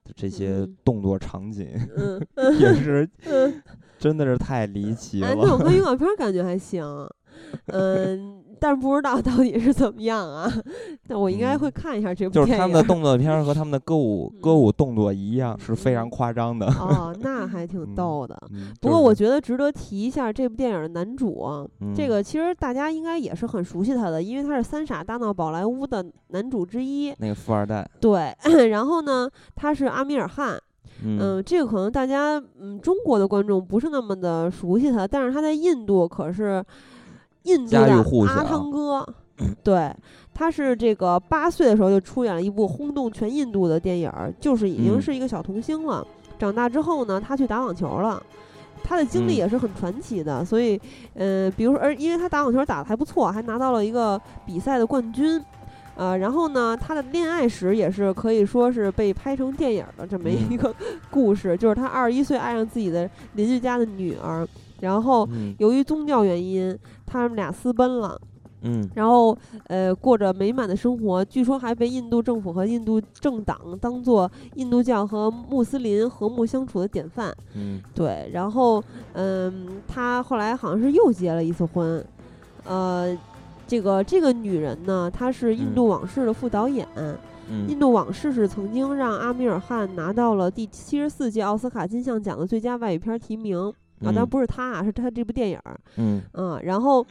Speaker 1: 的这些
Speaker 2: 嗯
Speaker 1: 动作场 景，
Speaker 2: 嗯
Speaker 1: 也是
Speaker 2: 嗯，
Speaker 1: 真的是太离奇
Speaker 2: 哎，那
Speaker 1: 了。
Speaker 2: 我看预告片儿感觉还行，嗯，但是不知道到底是怎么样啊。但我应该
Speaker 1: 嗯
Speaker 2: 会看一下这部
Speaker 1: 就是
Speaker 2: 电
Speaker 1: 他
Speaker 2: 影
Speaker 1: 们的。动作片儿和他们的歌 舞歌舞动作一样，是非常
Speaker 2: 嗯
Speaker 1: 夸张的。
Speaker 2: 哦，那还挺
Speaker 1: 嗯
Speaker 2: 逗的。
Speaker 1: 嗯
Speaker 2: 不过我觉得值得提一下这部电影的男主啊、
Speaker 1: 嗯
Speaker 2: 这个其实大家应该也是很熟悉他的，因为他是《三傻大闹宝莱坞》的男主之一。
Speaker 1: 那个富二代，
Speaker 2: 对， 然后呢，他是阿米尔汗，嗯、
Speaker 1: 嗯，
Speaker 2: 这个可能大家嗯中国的观众不是那么的熟悉他，但是他在印度可是印度
Speaker 1: 家喻
Speaker 2: 的
Speaker 1: 户
Speaker 2: 阿
Speaker 1: 晓
Speaker 2: 汤哥。对，他是这个八岁的时候就出演了一部轰动全印度的电影儿，就是已经
Speaker 1: 嗯
Speaker 2: 是一个小童星了。长大之后呢，他去打网球了。他的经历
Speaker 1: 嗯
Speaker 2: 也是很传奇的，所以，呃，比如说，而因为他打网球打得还不错，还拿到了一个比赛的冠军，呃，然后呢，他的恋爱史也是可以说是被拍成电影儿的这么一
Speaker 1: 嗯
Speaker 2: 个 故事，就是他二十一岁爱上自己的邻居家的女儿，然后
Speaker 1: 嗯
Speaker 2: 由于宗教原因，他们俩私奔了，
Speaker 1: 嗯
Speaker 2: 然后呃，过着美满的生活，据说还被印度政府和印度政党当做印度教和穆斯林和睦相处的典范。
Speaker 1: 嗯
Speaker 2: 对，然后嗯，他后来好像是又结了一次婚，呃，这个这个女人呢，她是《印
Speaker 1: 嗯
Speaker 2: 度往事》的副导演，印
Speaker 1: 嗯
Speaker 2: 度往事》是曾经让阿米尔汗拿到了第七十四届奥斯卡金像奖的最佳外语片提名啊，当然
Speaker 1: 嗯
Speaker 2: 不是他啊，是他这部电影儿，
Speaker 1: 嗯
Speaker 2: 嗯，然后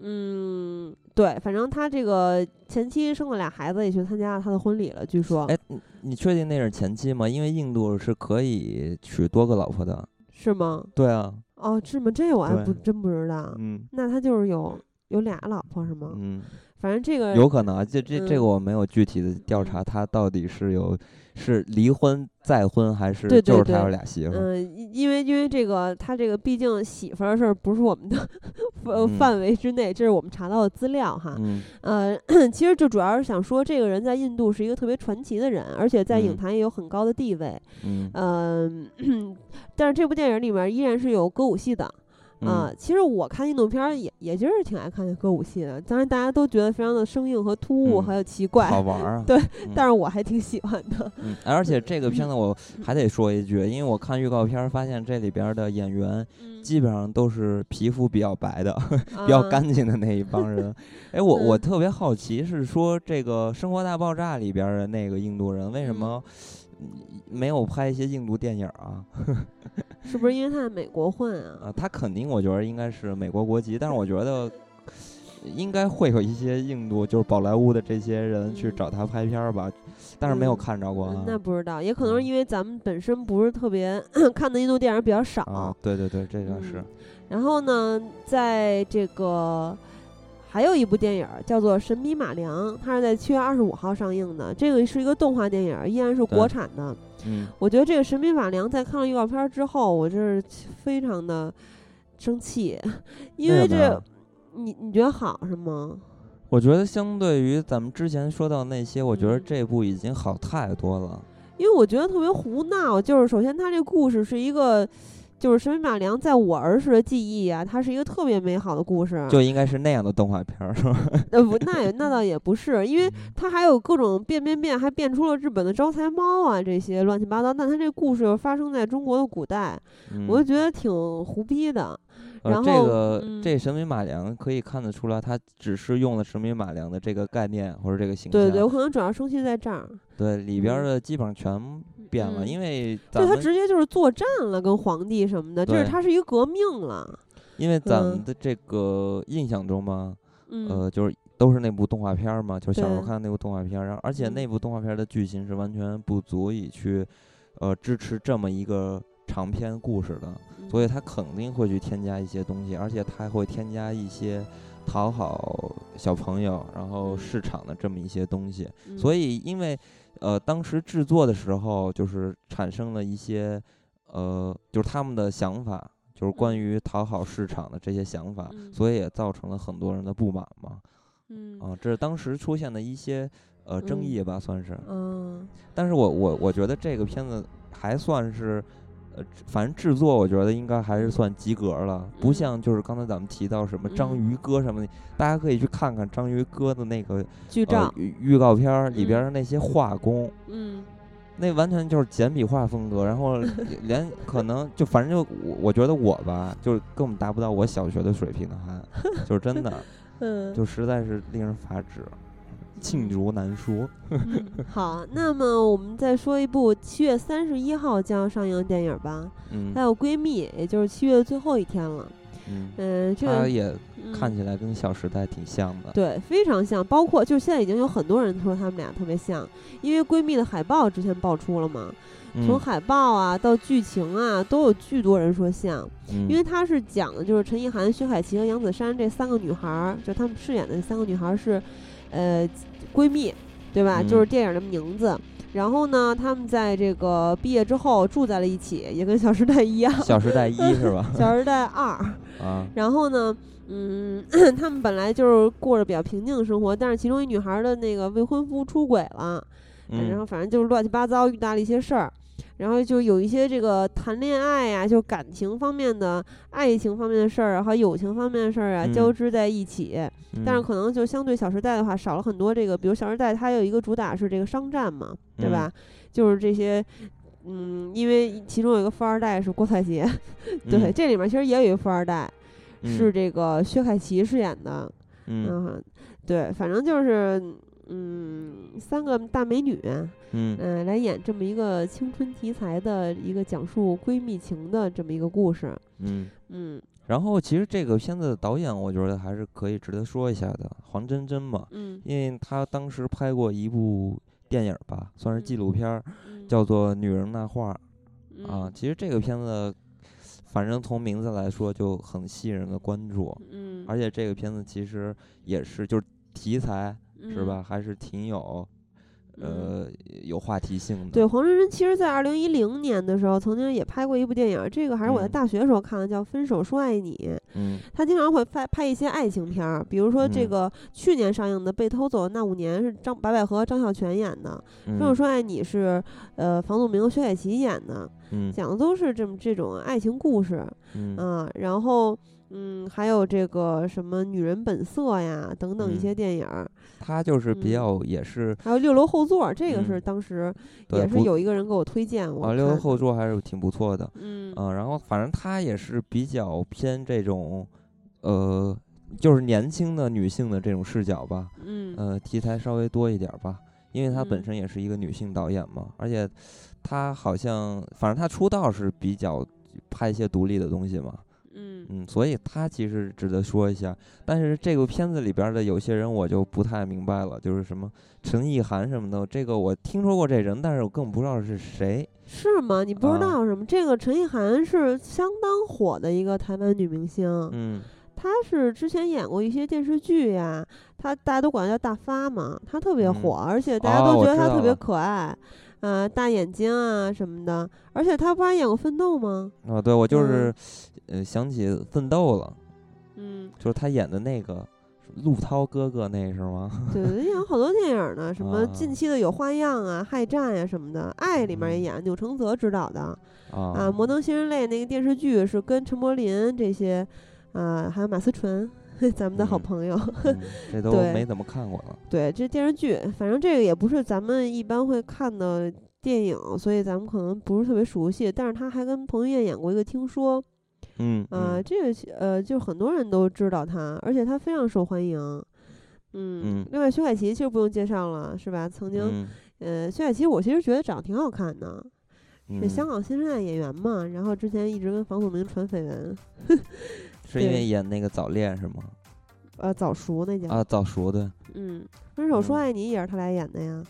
Speaker 2: 嗯，对，反正他这个前妻生了俩孩子，也去参加了他的婚礼了，据说
Speaker 1: 哎你确定那是前妻吗？因为印度是可以娶多个老婆的。
Speaker 2: 是吗？
Speaker 1: 对啊，
Speaker 2: 哦，是吗？这我还
Speaker 1: 对
Speaker 2: 不真不知道。啊
Speaker 1: 嗯
Speaker 2: 那他就是有有俩老婆是吗？
Speaker 1: 嗯，
Speaker 2: 反正这个
Speaker 1: 有可能啊。这这这
Speaker 2: 嗯
Speaker 1: 个我没有具体的调查，他到底是有是离婚再婚，还是
Speaker 2: 对对
Speaker 1: 就是他
Speaker 2: 对
Speaker 1: 有俩媳妇儿？
Speaker 2: 嗯，因因为因为这个，他这个毕竟媳妇儿的事儿不是我们的范
Speaker 1: 嗯
Speaker 2: 范围之内，这是我们查到的资料哈。
Speaker 1: 嗯
Speaker 2: 呃， 其实就主要是想说，这个人在印度是一个特别传奇的人，而且在影
Speaker 1: 嗯
Speaker 2: 坛也有很高的地位。
Speaker 1: 嗯
Speaker 2: 嗯、 但是这部电影里面依然是有歌舞戏的。啊、
Speaker 1: 嗯
Speaker 2: 其实我看印度片儿也也就是挺爱看歌舞戏的，当然大家都觉得非常的生硬和突兀，
Speaker 1: 嗯
Speaker 2: 还有奇怪，
Speaker 1: 好玩儿啊。
Speaker 2: 对
Speaker 1: 嗯
Speaker 2: 但是我还挺喜欢的。
Speaker 1: 嗯，而且这个片子我
Speaker 2: 嗯
Speaker 1: 还得说一句，因为我看预告片儿发现这里边儿的演员
Speaker 2: 嗯
Speaker 1: 基本上都是皮肤比较白的、 比较
Speaker 2: 啊嗯
Speaker 1: 干净的那一帮 人。哎，我我特别好奇，是说这个《生活大爆炸》里边儿的那个印度人为什
Speaker 2: 嗯
Speaker 1: 么没有拍一些印度电影啊？
Speaker 2: 是不是因为他在美国混啊？
Speaker 1: 啊，他肯定我觉得应该是美国国籍，但是我觉得。应该会有一些印度，就是宝莱坞的这些人去
Speaker 2: 嗯
Speaker 1: 找他拍片儿吧，但是没有
Speaker 2: 嗯
Speaker 1: 看着过啊
Speaker 2: 嗯。那不知道，也可能是
Speaker 1: 嗯
Speaker 2: 因为咱们本身不是特别 看的印度电影比较少。
Speaker 1: 啊，对对对，这个
Speaker 2: 嗯
Speaker 1: 是，
Speaker 2: 然后呢，在这个还有一部电影儿叫做《神笔马良》，它是在七月二十五号上映的。这个是一个动画电影儿，依然是
Speaker 1: 对
Speaker 2: 国产的。
Speaker 1: 嗯，
Speaker 2: 我觉得这个《神笔马良》在看了预告片儿之后，我真是非常的生气， 因为
Speaker 1: 什么
Speaker 2: 这
Speaker 1: 呀
Speaker 2: 你你觉得好是吗？
Speaker 1: 我觉得相对于咱们之前说到那些，我觉得
Speaker 2: 嗯
Speaker 1: 这部已经好太多了。
Speaker 2: 因为我觉得特别胡闹，就是首先他这故事是一个，就是《神笔马良》在我儿时的记忆啊，它是一个特别美好的故事。
Speaker 1: 就应该是那样的动画片儿，是吧？
Speaker 2: 呃不，那也那倒也不是，
Speaker 1: 嗯
Speaker 2: 因为它还有各种变变变，还变出了日本的招财猫啊这些乱七八糟。但它这故事又发生在中国的古代，
Speaker 1: 嗯
Speaker 2: 我就觉得挺胡逼的。
Speaker 1: 呃
Speaker 2: 然
Speaker 1: 这
Speaker 2: 后
Speaker 1: 个、
Speaker 2: 嗯
Speaker 1: 这神笔马良可以看得出来，他只是用了神笔马良的这个概念或者这个形象，
Speaker 2: 对对对，我可能主要生气在这儿。
Speaker 1: 对里边
Speaker 2: 嗯
Speaker 1: 儿的基本上全变了，
Speaker 2: 嗯
Speaker 1: 因为
Speaker 2: 对
Speaker 1: 咱
Speaker 2: 他
Speaker 1: 们
Speaker 2: 直接就是作战了，跟皇帝什么的，这是
Speaker 1: 对
Speaker 2: 他是一个革命了。
Speaker 1: 因为咱
Speaker 2: 嗯
Speaker 1: 们的这个印象中嘛，
Speaker 2: 嗯，
Speaker 1: 呃，就是都是那部动画片儿嘛，就是小时候
Speaker 2: 对
Speaker 1: 看的那部动画片儿，然后而且
Speaker 2: 嗯
Speaker 1: 那部动画片儿的剧情是完全不足以去，呃，支持这么一个长篇故事的，所以
Speaker 2: 嗯
Speaker 1: 它肯定会去添加一些东西，而且它还会添加一些讨好小朋友，然后市场的这么一些东西。
Speaker 2: 嗯
Speaker 1: 所以，因为呃，当时制作的时候，就是产生了一些呃，就是他们的想法，就是关
Speaker 2: 嗯
Speaker 1: 于讨好市场的这些想法，
Speaker 2: 嗯
Speaker 1: 所以也造成了很多人的不满嘛。
Speaker 2: 嗯
Speaker 1: 啊，这是当时出现的一些呃争
Speaker 2: 嗯
Speaker 1: 议吧，算是。
Speaker 2: 嗯
Speaker 1: 但是我我我觉得这个片子还算是，呃，反正制作我觉得应该还是算及格了，不
Speaker 2: 嗯
Speaker 1: 像就是刚才咱们提到什么章
Speaker 2: 嗯
Speaker 1: 鱼哥什么的，大家可以去看看章鱼哥的那个
Speaker 2: 剧
Speaker 1: 呃
Speaker 2: 照，
Speaker 1: 预预告片儿里边
Speaker 2: 嗯
Speaker 1: 儿的那些画工，
Speaker 2: 嗯
Speaker 1: 那完全就是简笔画风格，然后 连可能就反正就我我觉得我吧，就是根本达不到我小学的水平还，就是真 的
Speaker 2: 嗯
Speaker 1: 就实在是令人发指，罄竹难书。
Speaker 2: 嗯好，那么我们再说一部七月三十一号将上映的电影吧，
Speaker 1: 嗯
Speaker 2: 还有闺蜜，也就是七月最后一天了。
Speaker 1: 嗯，
Speaker 2: 嗯，这
Speaker 1: 它
Speaker 2: 个
Speaker 1: 也
Speaker 2: 嗯
Speaker 1: 看起来跟《小时代》挺像的。
Speaker 2: 对，非常像，包括就是现在已经有很多人说他们俩特别像，因为闺蜜的海报之前爆出了嘛，从
Speaker 1: 嗯，
Speaker 2: 海报啊到剧情啊，都有巨多人说像，
Speaker 1: 因
Speaker 2: 因为它是讲的就是陈意涵、薛凯琪和杨子姗这三个女孩儿，就她们饰演的三个女孩儿是，呃，闺蜜，对吧？就是
Speaker 1: 嗯
Speaker 2: 电影的名字。然后呢，她们在这个毕业之后住在了一起，也跟《小时代》一样，
Speaker 1: 《
Speaker 2: 《？
Speaker 1: 小时代》一是吧
Speaker 2: 小时代二》。
Speaker 1: 啊，
Speaker 2: 然后呢，嗯， 他们本来就是过着比较平静的生活，但是其中一女孩儿的那个未婚夫出轨了，
Speaker 1: 嗯
Speaker 2: 然后反正就是乱七八糟遇到了一些事儿，然后就有一些这个谈恋爱呀、就感情方面的、爱情方面的事儿啊，和友情方面的事儿啊、
Speaker 1: 嗯
Speaker 2: 交织在一起。但是
Speaker 1: 嗯
Speaker 2: 可能就相对《小时代》的话，少了很多这个，比如《小时代》它有一个主打是这个商战嘛，对
Speaker 1: 嗯
Speaker 2: 吧？就是这些。嗯，因为其中有一个富二代是郭采洁，对，
Speaker 1: 嗯
Speaker 2: 这里面其实也有一个富二代，
Speaker 1: 嗯
Speaker 2: 是这个薛凯琪饰演的，
Speaker 1: 嗯
Speaker 2: 嗯，对，反正就是嗯，三个大美女，
Speaker 1: 嗯
Speaker 2: 嗯、来演这么一个青春题材的一个讲述闺蜜情的这么一个故事，
Speaker 1: 嗯。
Speaker 2: 嗯
Speaker 1: 然后其实这个片子的导演，我觉得还是可以值得说一下的，黄真真嘛。
Speaker 2: 嗯
Speaker 1: 因为他当时拍过一部电影儿吧，算是纪
Speaker 2: 嗯
Speaker 1: 录片儿，
Speaker 2: 嗯
Speaker 1: 叫做《女人那画》啊
Speaker 2: 嗯。
Speaker 1: 其实这个片子，反正从名字来说就很吸引人的关注，
Speaker 2: 嗯，
Speaker 1: 而且这个片子其实也是就是题材是
Speaker 2: 嗯？
Speaker 1: 吧，还是挺有
Speaker 2: 嗯
Speaker 1: 呃有话题性的。
Speaker 2: 对，黄真真其实，在二零一零年的时候，曾经也拍过一部电影，这个还是我在
Speaker 1: 嗯
Speaker 2: 大学时候看的，叫《分手说爱你》。
Speaker 1: 嗯
Speaker 2: 他经常会拍拍一些爱情片儿，比如说这
Speaker 1: 嗯
Speaker 2: 个去年上映的《被偷走的那五年》是张白百合、张小泉演的，《分手
Speaker 1: 嗯
Speaker 2: 说爱你》是呃房祖名和薛凯琪演的，
Speaker 1: 嗯
Speaker 2: 讲的都是这么这种爱情故事
Speaker 1: 嗯
Speaker 2: 啊。然后嗯，还有这个什么《女人本色》呀等等一
Speaker 1: 嗯
Speaker 2: 些电影儿，
Speaker 1: 他就是
Speaker 2: 嗯
Speaker 1: 比较也是
Speaker 2: 还有《六楼后座》，这个
Speaker 1: 嗯
Speaker 2: 是当时
Speaker 1: 对
Speaker 2: 也是
Speaker 1: 不
Speaker 2: 有一个人给我推荐，我
Speaker 1: 啊，六
Speaker 2: 看
Speaker 1: 后座还是挺不错的。
Speaker 2: 嗯
Speaker 1: 嗯，然后反正她也是比较偏这种，呃，就是年轻的女性的这种视角吧，
Speaker 2: 嗯
Speaker 1: 呃，题材稍微多一点儿吧，因为她
Speaker 2: 嗯
Speaker 1: 本身也是一个女性导演嘛，而且她好像，反正她出道是比较拍一些独立的东西嘛，
Speaker 2: 嗯
Speaker 1: 嗯，所以她其实值得说一下。但是这个片子里边儿的有些人我就不太明白了，就是什么陈意涵什么的，这个我听说过这人，但是我更不知道是谁。
Speaker 2: 是吗？你不知
Speaker 1: 啊
Speaker 2: 道什么？这个陈意涵是相当火的一个台湾女明星，
Speaker 1: 嗯
Speaker 2: 她是之前演过一些电视剧呀，她大家都管她叫大发嘛，她特别
Speaker 1: 嗯
Speaker 2: 火，而且大家
Speaker 1: 哦
Speaker 2: 都觉
Speaker 1: 我
Speaker 2: 得
Speaker 1: 知
Speaker 2: 她
Speaker 1: 道
Speaker 2: 特别
Speaker 1: 了
Speaker 2: 可爱，呃，大眼睛啊什么的，而且她不还演过《奋斗》吗？
Speaker 1: 啊，对，我就
Speaker 2: 嗯
Speaker 1: 是，呃，想起《奋斗》了，
Speaker 2: 嗯，
Speaker 1: 就是他演的那个陆涛哥哥那是吗？
Speaker 2: 对，演过好多电影呢，什么
Speaker 1: 啊
Speaker 2: 近期的有《花样》啊、《害战》呀什么的，《爱》里面也
Speaker 1: 嗯
Speaker 2: 演，钮承泽执导的啊，
Speaker 1: 啊
Speaker 2: 《摩登新人类》那个电视剧是跟陈柏霖这些，啊，还有马思纯， 咱们的好
Speaker 1: 嗯
Speaker 2: 朋友。
Speaker 1: 嗯这都
Speaker 2: 对
Speaker 1: 没怎么看过了。
Speaker 2: 对，这电视剧，反正这个也不是咱们一般会看的电影，所以咱们可能不是特别熟悉。但是他还跟彭于晏演过一个《听说》，
Speaker 1: 嗯
Speaker 2: 啊、
Speaker 1: 嗯
Speaker 2: 这个其呃，就很多人都知道他，而且他非常受欢迎。嗯，
Speaker 1: 嗯
Speaker 2: 另外薛凯琪其实不用介绍了，是吧？曾经，
Speaker 1: 嗯
Speaker 2: 呃，薛凯琪我其实觉得长得挺好看的，
Speaker 1: 嗯，
Speaker 2: 是香港新生代演员嘛。然后之前一直跟房祖名传绯闻，
Speaker 1: 是因
Speaker 2: 对
Speaker 1: 为演那个早恋是吗？
Speaker 2: 呃，早熟那叫，
Speaker 1: 啊，早熟的，
Speaker 2: 嗯，分手说
Speaker 1: 嗯
Speaker 2: 爱你也是他俩演的呀。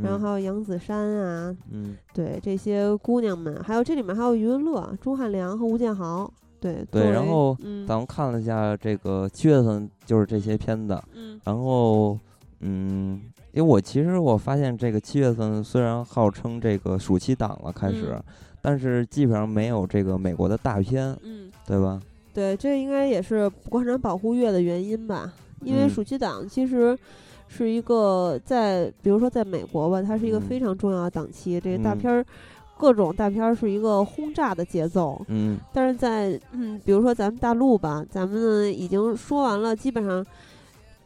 Speaker 2: 然后
Speaker 1: 嗯
Speaker 2: 还有杨子姗啊，
Speaker 1: 嗯
Speaker 2: 对这些姑娘们，还有这里面还有余文乐、钟汉良和吴建豪，对
Speaker 1: 对
Speaker 2: 作
Speaker 1: 然
Speaker 2: 为
Speaker 1: 后
Speaker 2: 嗯
Speaker 1: 咱们看了一下这个七月份就是这些片子，
Speaker 2: 嗯
Speaker 1: 然后嗯，因为我其实我发现这个七月份虽然号称这个暑期档了开始，
Speaker 2: 嗯
Speaker 1: 但是基本上没有这个美国的大片，
Speaker 2: 嗯，
Speaker 1: 对吧？
Speaker 2: 对，这应该也是国产保护月的原因吧？因为
Speaker 1: 嗯
Speaker 2: 暑期档其实是一个在，比如说在美国吧，它是一个
Speaker 1: 嗯
Speaker 2: 非常重要的档期，这个大
Speaker 1: 嗯
Speaker 2: 片儿。各种大片儿是一个轰炸的节奏，
Speaker 1: 嗯
Speaker 2: 但是在嗯，比如说咱们大陆吧，咱们已经说完了，基本上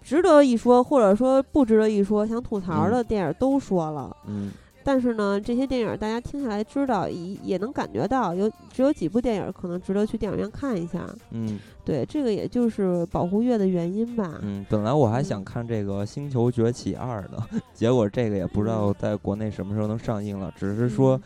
Speaker 2: 值得一说，或者说不值得一说，想吐槽
Speaker 1: 嗯
Speaker 2: 的电影都说了。
Speaker 1: 嗯
Speaker 2: 但是呢，这些电影大家听下来知道，也也能感觉到有只有几部电影可能值得去电影院看一下。
Speaker 1: 嗯
Speaker 2: 对，这个也就是保护月的原因吧。
Speaker 1: 嗯，本来我还
Speaker 2: 嗯
Speaker 1: 想看这个《星球崛起二》的， 结果这个也不知道在国内什么时候能上映了，只是说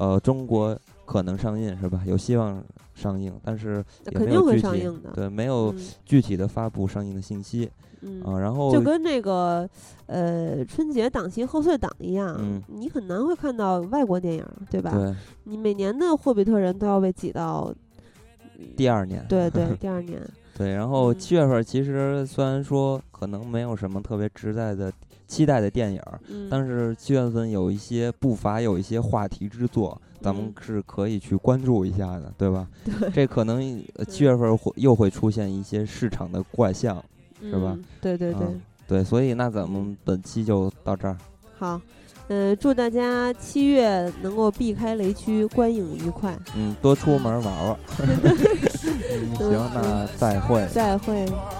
Speaker 2: 嗯
Speaker 1: 呃中国可能上映是吧？有希望上映，但是
Speaker 2: 嗯
Speaker 1: 也
Speaker 2: 肯
Speaker 1: 没
Speaker 2: 定
Speaker 1: 有
Speaker 2: 会
Speaker 1: 具
Speaker 2: 上
Speaker 1: 体
Speaker 2: 映的。
Speaker 1: 对，没有
Speaker 2: 嗯
Speaker 1: 具体的发布上映的信息
Speaker 2: 嗯
Speaker 1: 啊。然后
Speaker 2: 就跟那个呃春节档期、贺岁档一样，
Speaker 1: 嗯
Speaker 2: 你很难会看到外国电影儿，对吧？
Speaker 1: 对
Speaker 2: 你每年的《霍比特人》都要被 挤到，
Speaker 1: 第二年，
Speaker 2: 对对，第二年，
Speaker 1: 对，然后
Speaker 2: 嗯
Speaker 1: 七月份其实虽然说可能没有什么特别值得的期待的电影儿，
Speaker 2: 嗯，
Speaker 1: 但是七月份有一些不乏有一些话题之作，咱们
Speaker 2: 嗯
Speaker 1: 是可以去关注一下的，对吧？
Speaker 2: 对
Speaker 1: 这可能呃七月份会又会出现一些市场的怪象，
Speaker 2: 是
Speaker 1: 吧
Speaker 2: 对对对，
Speaker 1: 嗯对，所以那咱们本期就到这儿，
Speaker 2: 好，呃，祝大家七月能够避开雷区，观影愉快，
Speaker 1: 嗯嗯，多出门玩玩。嗯行，那再会。
Speaker 2: 再会。
Speaker 3: 儿